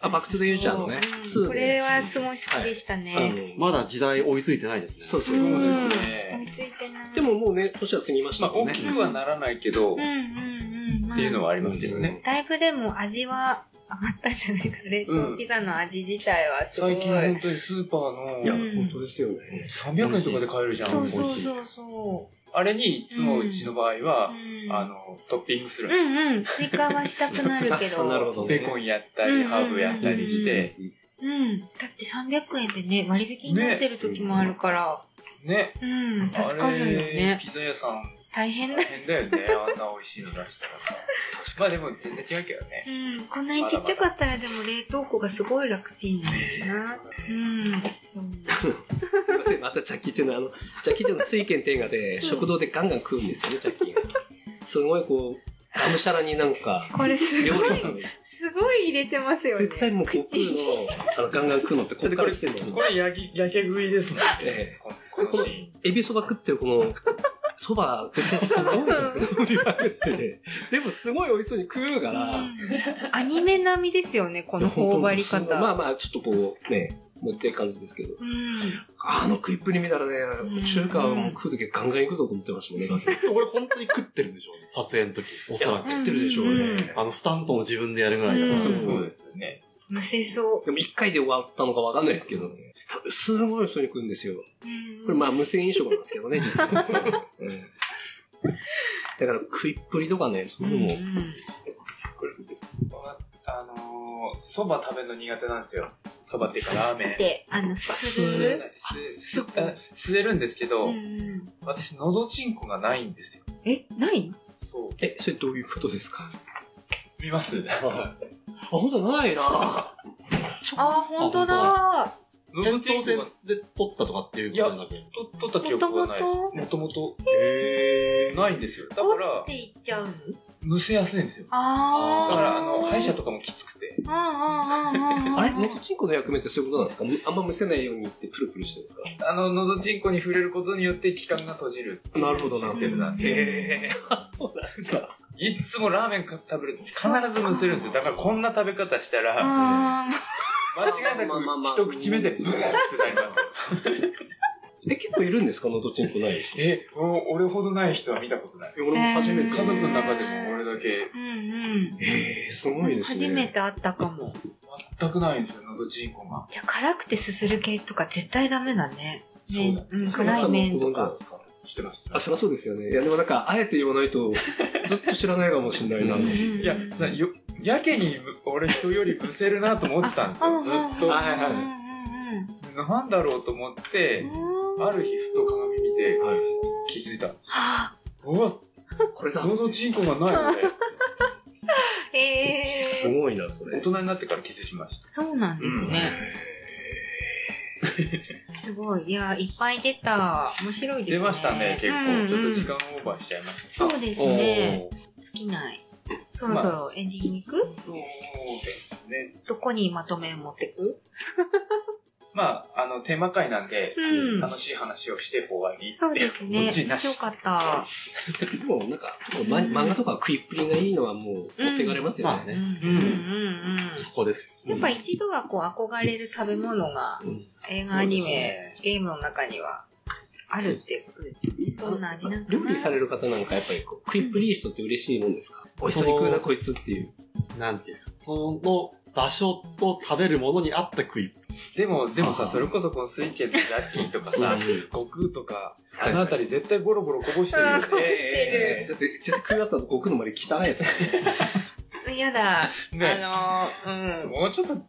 あ、バックトゥザユーチャーのね
うん。
ツーで
これはすごい好きでした
あ
ね。
の
まだ時代追いついてないですね。
そうそうう。
ん
で
で
す
追い
ね。
ついてない。
ももうね、年は過ぎまし
ま
た
あ、
もん
大
ね。
きくはならないけど
うん、うんうん。
っていうのはありますけどね。
だいぶでも味は上がったんじゃないかな。冷凍ピザの味自体はすごい。
最近本当にスーパーの、
いや、
うん
本当ですよね。
300円とかで買えるじゃん。
そうそう
美味しい
そうそ
あれに、いつもうちの場合
う。
は、
うん
あの、トッピングするん
う
ですよ。
んうん。追加はしたくなる けど。
なるほどね
ベーコンやった
うんうん
り、
うん
ハーブやったりして、
うん。だって300円でね、割引になってる時もあるから。
ね。
うん。助
あ
かるよ
れ
ね。
ピザ屋さん
大変だ
大。変だよね。あんな美味しいの出したらさ。まあでも全然違うけどね。
うん。こんなにちっちゃかったらでも冷凍庫がすごい楽ちんなんだよな。うん。うん
すいません、またジャッキーチェンの、あの、ジャッキーチェンの水拳天下で、食堂でガンガン食うんですよね、ジャッキーが。すごいこう、がむしゃらになんか、
これす
料
ご
理
い、
の、
すごい入れてますよね。
絶対もう悟空の、あの、ガンガン食うのってこっから来てるのに
こ。れ焼き、焼け食いですもん
え
ね。このこのシ
エビそば食ってるこの、そば絶対すごい伸びまくってて、でもすごい美味しそうに食うか
う
ら、
んアニメ並みですよね、この頬張り方。
まあまあ、ちょっとこう、ね、持って感じですけど。
うん。
あの食いっぷり見たらね、中華を食うときガンガン行くぞと思ってましたもんねだって。
俺本当に食ってるんでしょうね。撮影の時。おそらく。
うん
食ってるでしょうね。
うん
あの、スタントも自分でやるぐらいだか
ーン。
う
ら。
ん
そうそうですよね。
むせそ
でも一回で終わったのかわかんないですけどね。すごい人に食うんですよ。
う。うん
これまあ無線飲食なんですけどね、実は。 うんだから食いっぷりとかね、そういうのも。
うん
あのー、そば食べるの苦手なんですよ。そばっていうかラーメン。
で、あの、す
吸え
る。
ない吸えあ吸えるんですけど、
うんうん
私、喉チンコがないんですよ。
え、ない
そう。
え、それどういうことです か
見ます
あ、ほんとないな
あー、本当だ。
喉
扁
チ
桃
ンコ
腺
が
で撮ったとかっていうことなんだけど。
と取った記憶がないです。もともと
へー
ないんですよ。だか
ゴ
ら
って、言っちゃうの
むせやすいんですよ。だ
あー。
から、あの、歯医者
と。
とかもきつくて。
うんうんうんうんうん。
あれノトチンコの役目ってそういうことなんですかあんまむせないようにってプルプルしてるんですか
あの、喉チンコに触れることによって気管が閉じるっていう
なるほどな
システムなんで、
えあ、そうなんだ。
いっつもラーメンか食べると必ずむせるんですよ。だからこんな食べ方したら、
あ
間違いな
まあまあまあ
く一口目でブーってなります。
え、結構いるんですかノトチンコない人。
え、お俺ほどない人は見たことない。
俺も初め
家
て。
族の中でも俺だけ
ー。うん
えー、すご
う
い
ん。
です
初
ね。
めて会ったかも。
全くないんですよ、喉チンコが。
じゃあ、辛くてすする系とか絶対ダメだね。
そうだ
ね。うん、
それは
辛い麺と
ご存知なん
か。
ですか。
知ってます。
あ、そりゃそうですよね。いや、でもなんか、あえて言わないと、ずっと知らないかもしれないな。
うん
いや、さよやけにむ俺人よりむせるなと思ってたんです
ああ
よ、ずっと。
はいは
うん
い。
なんだろうと思って、
うんうん。は
ある日ふと鏡見て
はい、
気づいた。
あ。
うわ、
これだ。
喉チンコがない よね。
ええ。
すごいな、そ
大
れ。
人になってから気づきました。
そうなんですね。すごい。いや、いっぱい出た。面白いですね。
出ましたね、結構。ちょっと時間
うんうん
オーバーしちゃいました。
そうですね。尽きない。そろそろエンディングいく、
そうですね。
どこにまとめ持ってく
まあ、あの、テーマ会なんで、
うん
楽しい話をして終わり。
そうですね。
オチ
よ
なし
かった。
もうなんか、結構ま漫画とか食いっぷりがいいのはもう、持っていかれますよ
まあ
ね。
うん
ね
う、んうんうん。
そこですよ。
やっぱ一度はこう憧れる食べ物が
うん
映
そう
画、アニメ、
で
ゲームの中にはあるっていうことですよね。どんな味なんかな。
料理される方なんかやっぱりこう食いっぷりいい人って嬉しいもんですか美味しそうに食うなこいつっていう。
なんていうかその場所と食べるものに合った食い。
すね。でも、でも
あ
さ、
ー
それこそこの水拳のラッキーとかさ、悟空とか、あ
い
のあたり絶対ゴロゴロこぼしてるよね。
うん
えーだって、実際食い終わった後、僕のまで汚いやつ。
やだ。
ね
あのー、うん。
もうちょっと、ね、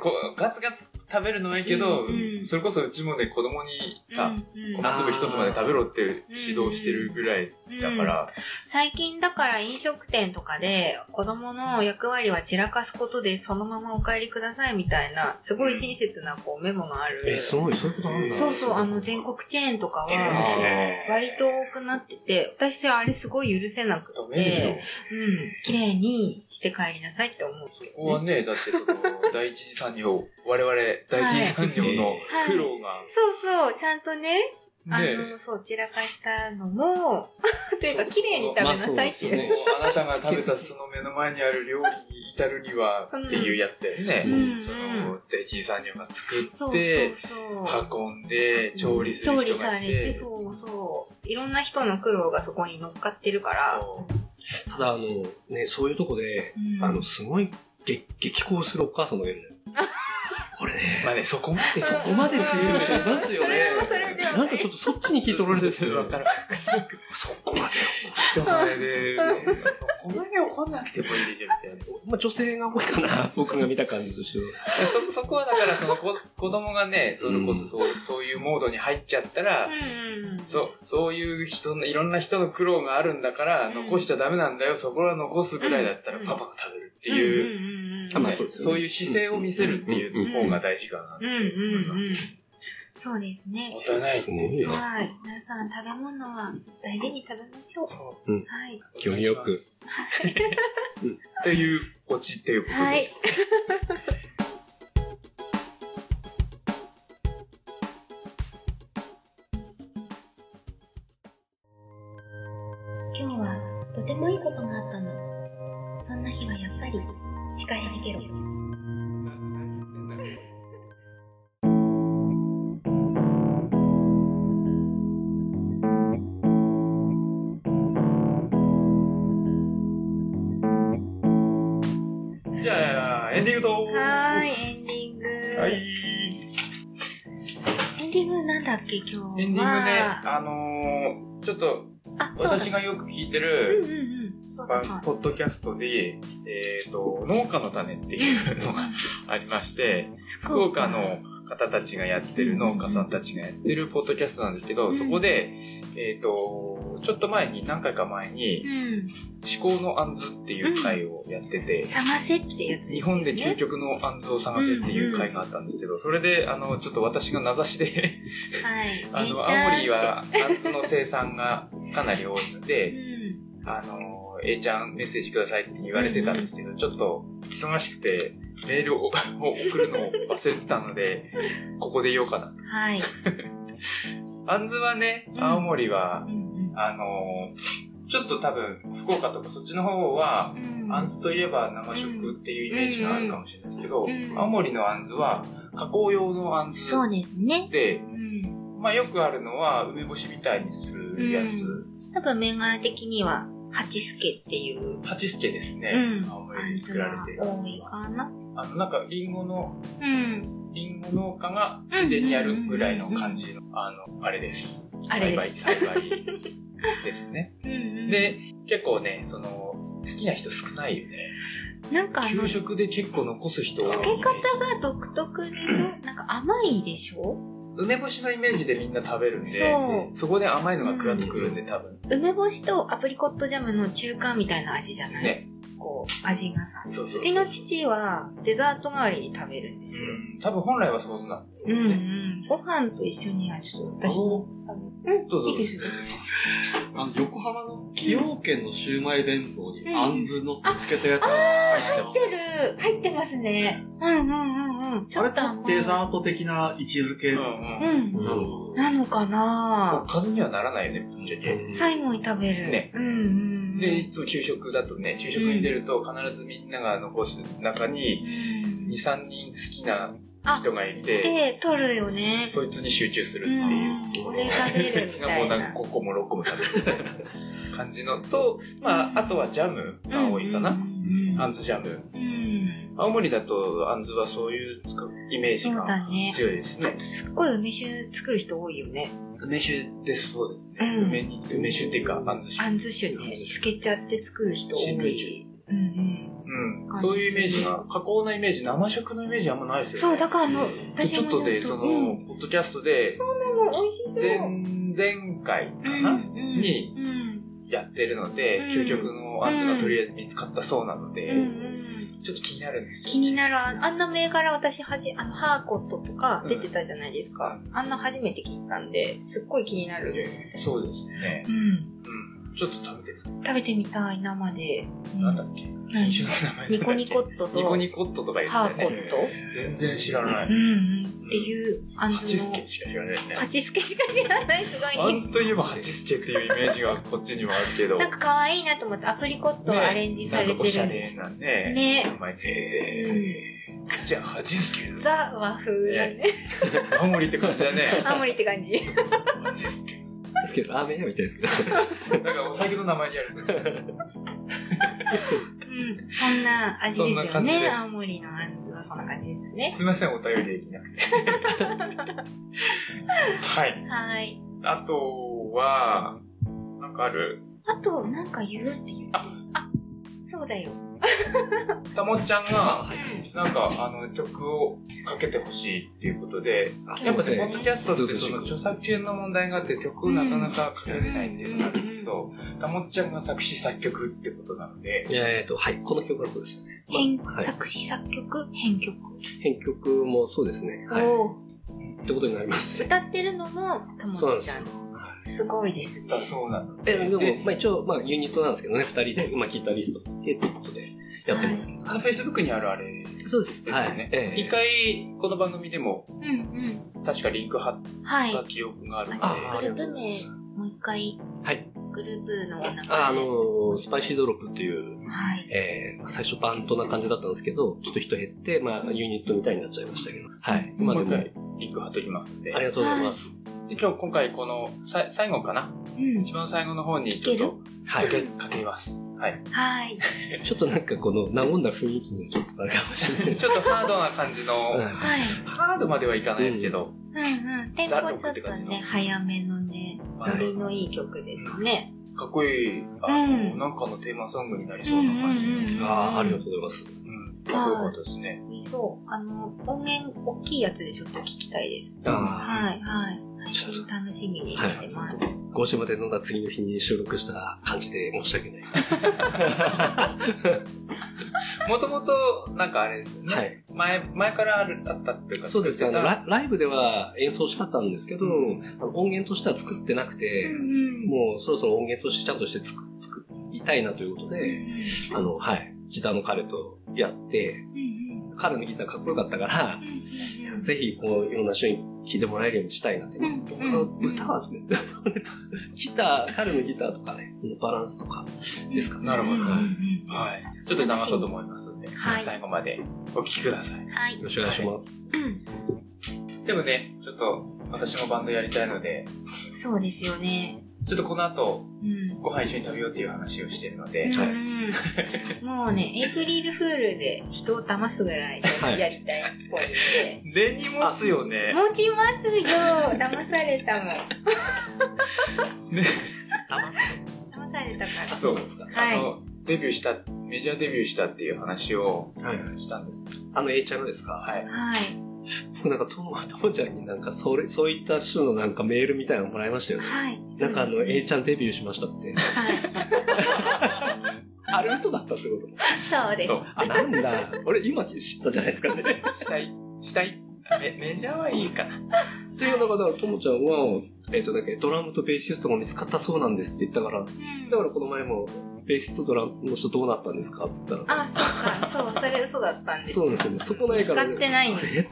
こうガツガツ食べるのはいいけど、
うんうん
それこそうちもね、子供にさ、
うんうん
米粒一つまで食べろって指導してるぐらいだから、
最近だから飲食店とかで子供の役割は散らかすことでそのままお帰りくださいみたいなすごい親切なこうメモのある、
ごい、そういうこと
あるんだ
そうそうあの全国チェーンとかは割と多くなってて私あれすごい許せなく
ダメでしょ。
てうん綺麗にして帰りなさいって思うんですけ
ここ
ど、
は
ね、
ね、だってその、第一次産業、我々、第一次産業の苦労が、
そうそうちゃんとねあ
ね、
のそう散らかしたの もというか綺麗に食べなさ いっていう
まあそうですね
もうあなたが食べたその目の前にある料理に至るにはっていうやつだよね。
うんうん
その、第一次産業が作って、
そうそうそう
運んで、調理する
調理
人
さ
が
れ
い
て
て、
そうそういろんな人の苦労がそこに乗っかってるから
こう
ただ、あの、ね、そういうとこで、
うん
あの、すごい激、激高するお母さんのゲームなんですよ。 俺ね、
まあね、そこまで、
そこまでのフィールドありますよね。
それはそれではない
なんかちょっとそっちに聞いとられてるんですよ
わ
ね
か。る。そこまで怒ってもらえる。そこまで怒んなくてもいいでしょ、みたいな。
まあ、女性が多いかな、僕が見た感じとしては。
そ、そこはだから、その子、子供がね、それこそそう、そういうモードに入っちゃったら、そう、そういう人の、いろんな人の苦労があるんだから、
うん
残しちゃダメなんだよ、そこは残すぐらいだったら
うん
パパが食べるっていう、
うん
あまあ
ね
そ
そうう
ですよね
いう姿勢を見せるっていう方が大事かなって
うん
思いま
うんうん
す。
そうですね
もったいない。
ごいよ
はい皆さん食べ物は大事に食べましょう
うん
はい
興味よ く。
っていうオチっていうことで。
はい
今日はとてもいいことがあったの。そんな日はやっぱり叱られゲロ。
じゃあ、エンディングと
はーいエンディング
はい。
エンディングなんだっけ今日は
エンディングね、あのーちょっと、
あそうだ
私がよく聞いて
うん
る、
うんうんそうだ
まあポッドキャストで、えっ、と、農家の種っていうのがありまして、福岡の方たちがやってる、農家さんたちがやってるポッドキャストなんですけど、そこで、えっ、と、ちょっと前に、何回か前
う
に、
ん
思考のあんずっていう回をやってて、
冷ませってやつですよね
日本で究極のあんずを探せっていう回があったんですけど、それで、あの、ちょっと私が名指しで、
はい
あ
め
の、
っちゃ
青森は、あんずの生産がかなり多いの
う
で、
ん
あの、A ちゃんメッセージくださいって言われてたんですけど、ちょっと忙しくて、メールを を送るのを忘れてたので、ここで言おうかな。
はい
あんずはね、
うん
青森は
う、ん
あの、ちょっと多分、福岡とかそっちの方は、
うんうん
あんずといえば生食っていうイメージがあるかもしれないですけど
うんう、ん
青森のあんずは、加工用のあんず
そうですね
で、
うん
まあよくあるのは、梅干しみたいにするやつ。
う多分銘柄的には八助っていう
八助ですね。
うん
青森
感
で
じ
作られ
が
てる。
多いかな
あの、なんか、リンゴの、
うん
リンゴ農家がついでにやるぐらいの感じの、あの、あれです。
あれです
栽培、栽培ですね。で、結構ね、その、好きな人少ないよね。
なんかあの
給食で結構残す人多いイメージ。
漬け方が独特でしょなんか甘いでしょ
梅干しのイメージでみんな食べるんで、
そ
そこで甘いのが食わってくるんで、多分。
梅干しとアプリコットジャムの中間みたいな味じゃない、
ね
こう味がさ
そうそうそう
ちの父はデザート代わりに食べるんですよ、
うん多分本来はそんな。
うんうん、ご飯と一緒にはちょっと私もうん
どうぞ
いいですよ
あの、横浜の崎陽軒のシウマイ弁当に、あんずの漬けたやつ
あー
入って
入
ま
っ
す
て。る入ってますねうんうんうんうんちょっと
あれっ
甘
て
い
デザート的な位置づけ
う
なの
んうん。
うん
かな、
なのか
お
な
かずにはならないよね、ぶっちゃけ。
最後に食べる
ね
うんうんうん
で、いつも給食だとね、給食に出ると必ずみんなが残す中に、
うん
2、3人好きな
あ
人がいて、
で取るよね
そいつに集中するっ
う
てい
ん
う。
俺食べるみ
そいつが
た
も
いう
なん
な
か5個も6個も食べるみたいな感じのと、まあ、あとはジャムが多いか
うん
な。
うんうん
あんずジャム。
うん
青森だとあんずはそういうイメージ
そうだ
が
ね
強いです
あ
ね
と。すっごい梅酒作る人多いよね
梅酒です、そうです
う
ね。
ん
梅に、梅酒っていうか、あんず酒
あ。んず酒ね漬けちゃって作る人多
新聞
いうんうん
うん。そういうイメージが、加工なイメージ、生食のイメージあんまないですよね。
そうだからあの
で
私
ちょ
も
っとで、その、
うん
ポッドキャストで、
そうなの美味しそう
前、前回か
うん
な、
うん
に
うん
やってるので、
うん
究極のアンズがとりあえず見つかったそうなので、
うんうん
ちょっと気になるんですよ。
気になるああんな銘柄私はじあのハーコットとか出てたじゃないですか、あんな初めて聞いたんですっごい気になる
えーそうですね。
うん
うん。ちょっと食べてみ
食べてみたい生で、う
なんだっけ
何
一緒の名前
ニコニコ
なんだっ
ット
けニコ
と
ニコットとか言ってた
ハ
よ
ーコ
ね
ッ。ト
全然知らな
う
い。
んうんっていうあん
ハチ
ず
ス
の
ケしか知らないね。
ハチスケしか知らないすご
ア
い
ン
ね
ズといえばハチスケっていうイメージがこっちにもあるけど、
なんか可愛いなと思ってアプリコットを
ね
アレンジされてるん
おしゃ
で
れ
す
なね。
ね
名前えーじゃあ、ハチスケです。
ザ和風だね
青森って感じだ ね。
青森って感じ
マジっすけ
ですけど、ラーメン屋みたいですけど。
ど。なんかお酒の名前にあるんですね。
うんそんな味で
そんな
すよ
感じで
ね。
す
青森のあんずはそんな感じですよね。
すみません、お便りできなく て。はい。
はい。
あとは、なんかある、
あと、なんか言うって言う。
あ
そうだよ。
たもっちゃんが、
はい
なんか、あの、曲をかけてほしいっていうことで、
あ
やっぱ
そう
ね、ポッ
ですね
ドキャストってその著作権の問題があって曲をなかなかかけれないっていうのがあるんですけど、たもっちゃんが作詞作曲ってことなので、
えーっと、はい、この曲はそうですよね。
編、
はい
作詞作曲、編曲。
編曲もそうですね。はい。
を
ってことになりますね。
歌ってるのも、た
そう
も
なんで
ち
す
ゃ
よ
ん。すごいですね。
だそうなの
え、でも、
で
まあ一応、まあユニットなんですけどね、二人で、まあギタリストって、ということでやってますけど。
あの、Facebook にあるあれ、
そうです
です
は
よ
い
ね。
ええ
一回、この番組でも、
うんうん。
確かリンク貼っ
はい。
た記憶があるので、
あ
グループ名、もう一回、
はい。
グループのお名前。
ああのースパイシードロップっていう、
はい。
えー最初バンドな感じだったんですけど、ちょっと人減って、まあユニットみたいになっちゃいましたけど、はい。今
もう
で
一
も、
回リンク貼っときますんで
ありがとうございます。
で今日今回このさ最後かな
うん。
一番最後の方にちょっと
はい。
かけかけます。はい。
はい。
ちょっとなんかこの、和んだ雰囲気にちょっとあれかもしれない。
ちょっとハードな感じの、
はい
はい。
ハードまではいかないですけど、
うんうん。テンポちょっとね、早めのね、
まあ
ノリのいい曲ですね。
かっこいい、あの、
うん
なんかのテーマソングになりそうな感じ。うん
ああ、ありがとうございます。
かっこよかったですね。
そう。あの、音源大きいやつでちょっと聞きたいです。
あ
はい、はい。
ちょ
配
っと
信楽しみに
はい
してます。
五島で飲んだ次の日に収録した感じで申し訳ない。
もともと、なんかあれですよね。
はい。
前、前からある、あったっていうか、
そうですね。あ
作っ
の
てた
ラライブでは演奏したったんですけど、あの音源としては作ってなくて、もうそろそろ音源としてちゃんとして作作りたいなということで、あの、はい。ギターの彼とやって、彼のギターかっこよかったから、ぜひ、こう、いろんな人に聴いてもらえるようにしたいなって。歌はですね、 ギター、彼のギターとかね、そのバランスとかですかね。
なるほど
はいよ
はい。ちょっと流そうと思いますんで、
はい
最後までお聴きください。
はい。
ろしくお願いします。
でもね、ちょっと、私もバンドやりたいので、
そうですよね。
ちょっとこの後、
うん。
ご飯一緒に食べようっていう話をしてるので、
はい
うんもうね、エイプリルフールで人を騙すぐらい
はい
やりたいっぽいんで。
根に持つよね。
持ちますよ騙されたもん。騙されたから。
そうですか。
はい
あの、デビューした、メジャーデビューしたっていう話を
はい。
したんです。
あの、A ちゃんのですか
はい。
はい。
僕 なんか、とも、ともちゃんになんか、それ、そういった種のなんかメールみたいなのもらいましたよね。
はい。
なんかあの、
そうですね
A ちゃんデビューしましたって。
はい。
あれ嘘だったってこと
そうです。
そう。
あ、なんだ。俺今知ったじゃないですかね。
したい、したい。メメジャーはいいかな。
という中で、ともちゃんは、えっ、と、だっけ、ドラムとベーシストが見つかったそうなんですって言ったから、だからこの前も、ベーシストドラムの人どうなったんですかっつったら、
あ、そうか。そう、それ嘘だったんです。
そうですよね。そこないから、
見つかってないの
あれって。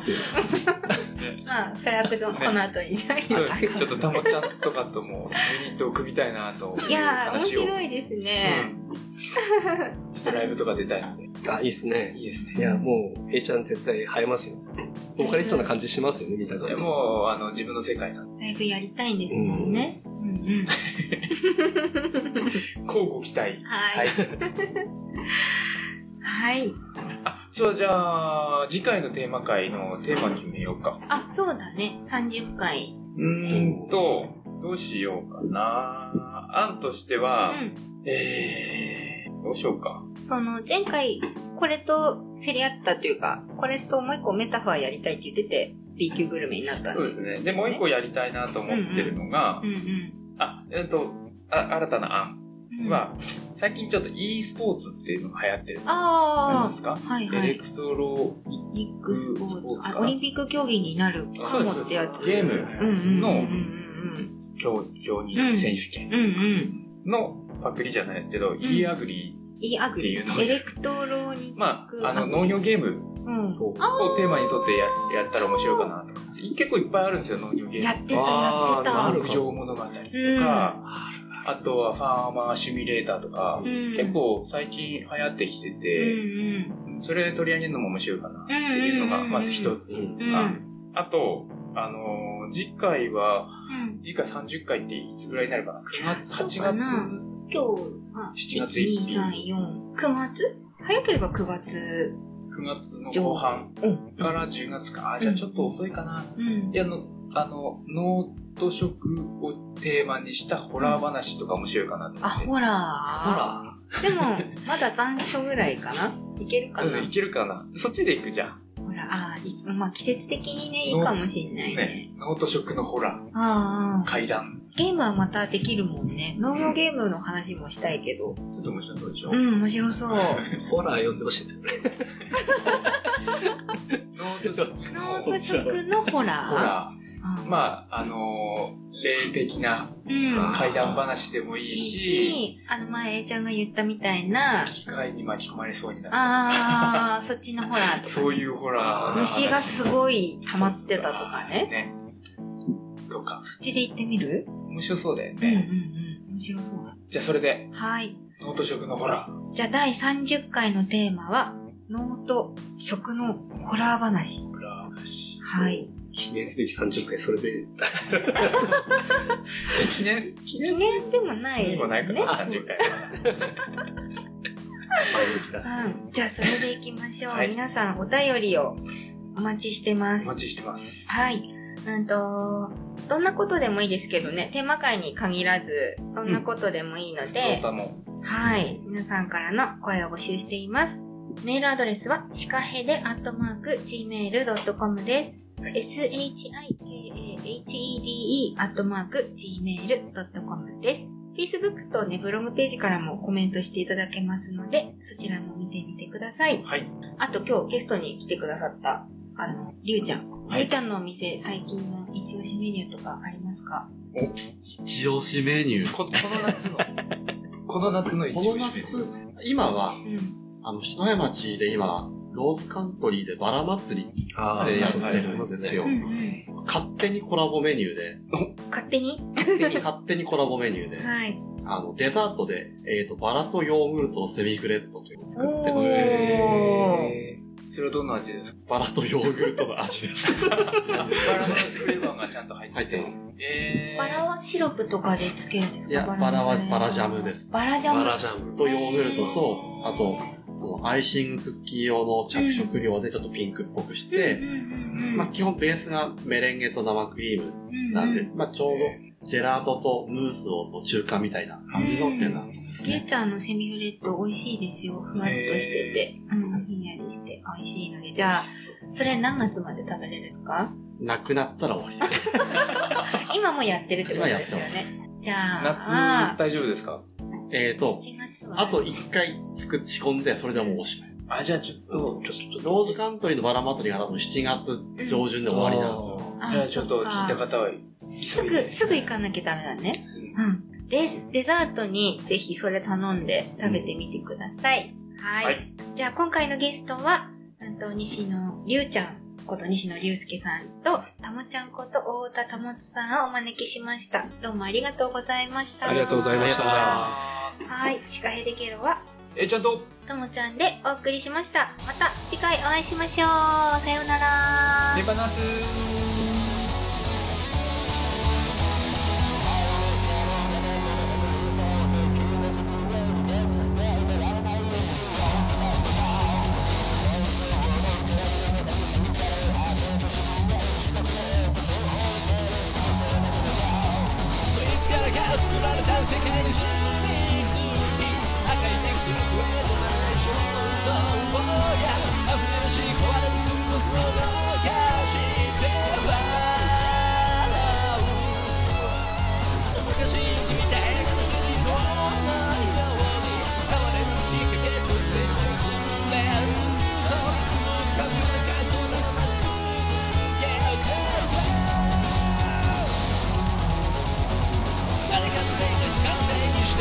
まあ、それはこの後にじゃない
そうちょっとたもちゃんとかともユニットを組みたいなと
いやー、面
話を。
白いですね。
うんちょっとライブとか出たいので。
あ、いいっすね。
いいですね。
いや、もう、A ちゃん絶対映えますよ。ボーカリストな感じしますよね、見た
い
感
や
じ。
もう、あの、自分の世界なんで。
ライブやりたいんですもんね。うんうん。
交互期待。
はい。 はい。
あ、そう、じゃあ、次回のテーマ会のテーマ決めようか。
あ、そうだね。30回。
うーんと、どうしようかな。案としては、
う
えー、どうしようか。
ん。その、前回、これと競り合ったというか、これともう一個メタファーやりたいって言ってて、B 級グルメになったん
そう
で。
ですね。で、もう一個やりたいなと思ってるのが
う、んうん
あ、えっと、あ新たな案。
うん。
は、最近ちょっと e スポーツっていうのが流行ってる。なん
あ
ですか
あ、はい
エ
は
レ
い。
クトロニ
ビッグスポーツ。
スポーツ
あ、
か
オリンピック競技になる
ック
かもってやつ。
ゲー
うんう
ム
んうんうん
の
うん
競競技選手権
うん。うんうん。
のパクリじゃないですけど、e アグリ
イアグリ。
っていうのが
エレクトロニック。
まあ、あの、
グ
農業ゲーム
うん。
をテーマにとってややったら面白いかなと。結構いっぱいあるんですよ、農業ゲーム。
やってた、や
あ
って
ーな
た
る。
牧場物語とか、あとはファーマーシミュレーターとか、
うん
結構最近流行ってきて
うん
て、それ取り上げるのも面白いかなっていうの
うん
が
うんうん
まず一つ、
うん
うん。う
あ
ん。
あと、あのー次回は
うん
次回30回っていつぐらいになるかな9月
そう
8
かな
月
今日は
7月1日
1234 9月
早ければ9月。
9月の後半から10月か。あ、じゃあちょっと遅いかな。
うん
いや、の、あの、脳と食をテーマにしたホラー話とか面白いかなと思
あ、
って。
ほら。
ら、
でも、まだ残暑ぐらいかないけるかな、
うん、いけるかな。そっちで行くじゃん。
ほら、あーいまあ季節的にね、いいかもしんないね。
ね、脳と食のホラ
あ
ー、
あ、
階段。
ゲームはまたできるもんね。ノームゲームの話もしたいけど。
ちょっと面白そうでしょ、
うん、面白そう。
ホラー読んでほしいですよね。
脳と食の
農
ホ
夫食のホラー。
ラ
あ
ー。
ー
まあ、あのー霊的な
うん。
階段話でもい
い
い
い
し、
し、あの前、A ちゃんが言ったみたいな、
機械に巻き込まれそうになる。
ああ、そっちのホラーとか、
そういうホラー。
虫がすごい溜まってたとかね。
ね。とか。
そっちで行ってみる
面白そうだよ
うんうん
ね。
うん。面白そうだ。
じゃあそれで、
はい。
ノート食のホラー。
じゃあ第30回のテーマは、脳と食のホラー話。
ホラー話。
はい。
記念すべき30回、それで。
記念、記
記
念す
念でもない、
る
ね。
もないかな、30回。
うん。じゃあそれで行きましょう。
はい
皆さんお便りをお待ちしてま
お
す。
待ちしてます。
はい。うんと、どんなことでもいいですけどね、テーマ会に限らず、どんなことでもいいの
そ
で
う、だも。
はい。皆さんからの声を募集しています。メールアドレスは、シカヘデアットマーク、gmail.com です。shikahede アットマーク、gmail.com です。Facebook とね、ブログページからもコメントしていただけますので、そちらも見てみてください。
はい。
あと今日ゲストに来てくださった、あの、りゅうちゃん。
はい
りゅうちゃんのお店、最近の一押しメニューとかありますか
一押しメニュー。
ここの夏の、この夏の一
この
押しです
夏、今は、
うん。
あの、篠山町で今、ローズカントリーでバラ祭り
あ
でやって
はい
るんですよ
う。んうん。
勝手にコラボメニューで、
勝手に
勝手にコラボメニューで、
はい。
あの、デザートで、えっ、と、バラとヨーグルトのセミフレットというのを作って
おー
て、
へーそれはどんな味ですか
バラとヨーグルトの味 です。
バラのフレーバーがちゃんと入って
入ってます。
えー
バラはシロップとかでつけるんですか
いや
の
バラは
ね
バラジャムです
バラジャム
バラジャム。
とヨーグルトと、あと、そのアイシングクッキー用の着色料でちょっとピンクっぽくして、まあ、基本ベースがメレンゲと生クリームなんで、まあ、ちょうどジェラートとムースをと中華みたいな感じのデザートです
ゆう
ね。
ちゃんのセミフレット美味しいですよ。ふわっとしてて。うん。ひんやりして美味しいので。じゃあ、それ何月まで食べれるんですか
なくなったら終わり です。
今もやってるってことですよね
今や。
じゃあ
夏、、大丈夫ですか
えーと、
7月は
あと一回作っ仕込んで、それでもうおしまい。
あ、じゃあちょっと、ちょっ
ローズカントリーのバラ祭りが多分7月上旬で終わりなの。
あ
じゃあちょっと
そ
聞
っ
い
か
た方は、
すぐ、すぐ行かなきゃダメだね。うん。です。デザートにぜひそれ頼んで食べてみてください。はい。
はい
じゃあ今回のゲストは、なんと西野龍ちゃんこと西野龍介さんと、たもちゃんこと大田たもつさんをお招きしました。どうもありがとうございました。
ありがとうございました
ありがとうございま
はい。シカヘデケロは、
すえー、ちゃんと、
ともちゃんでお送りしました。また次回お会いしましょう。さようなら。
ネバナス
「自分の部屋で見たい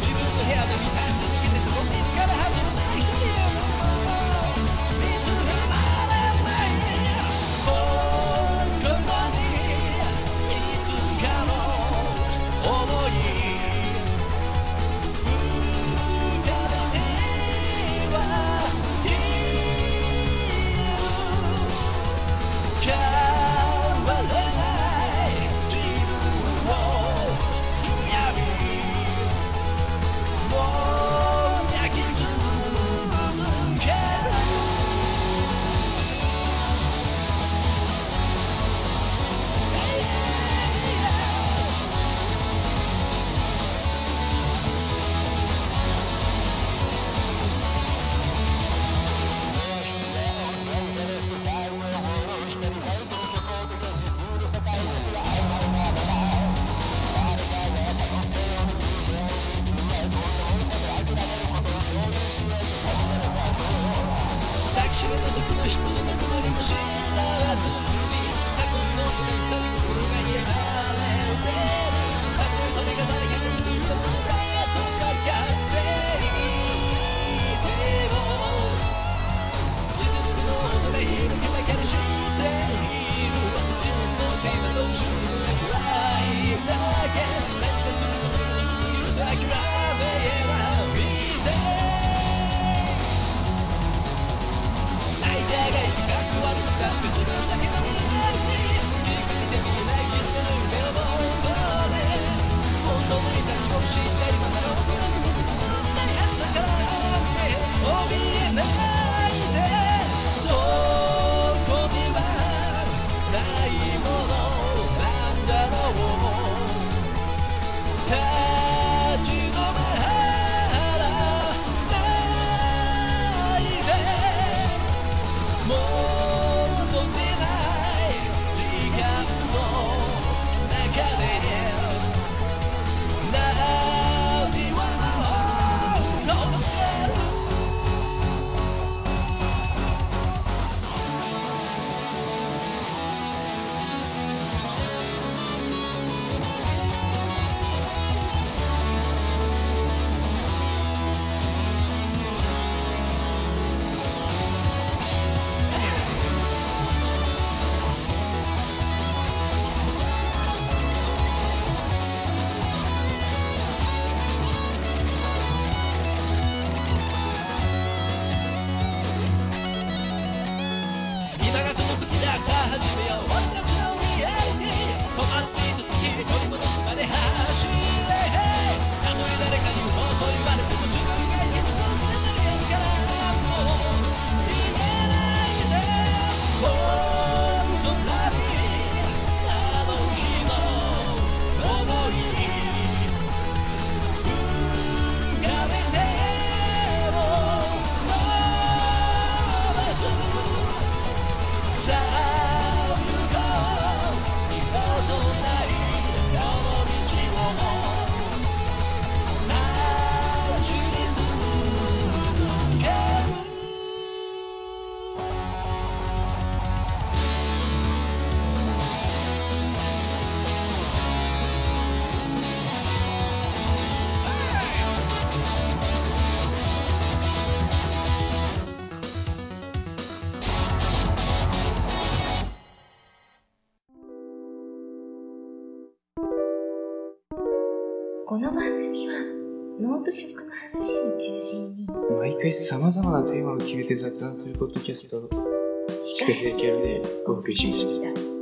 続けてどこに
この番組は脳と食の話を中心に
毎回様々なテーマを決めて雑談するポッドキャスト、
視
地下
界
平気あるでお
お送
送
り
りし
し
まし
ま
た。
した。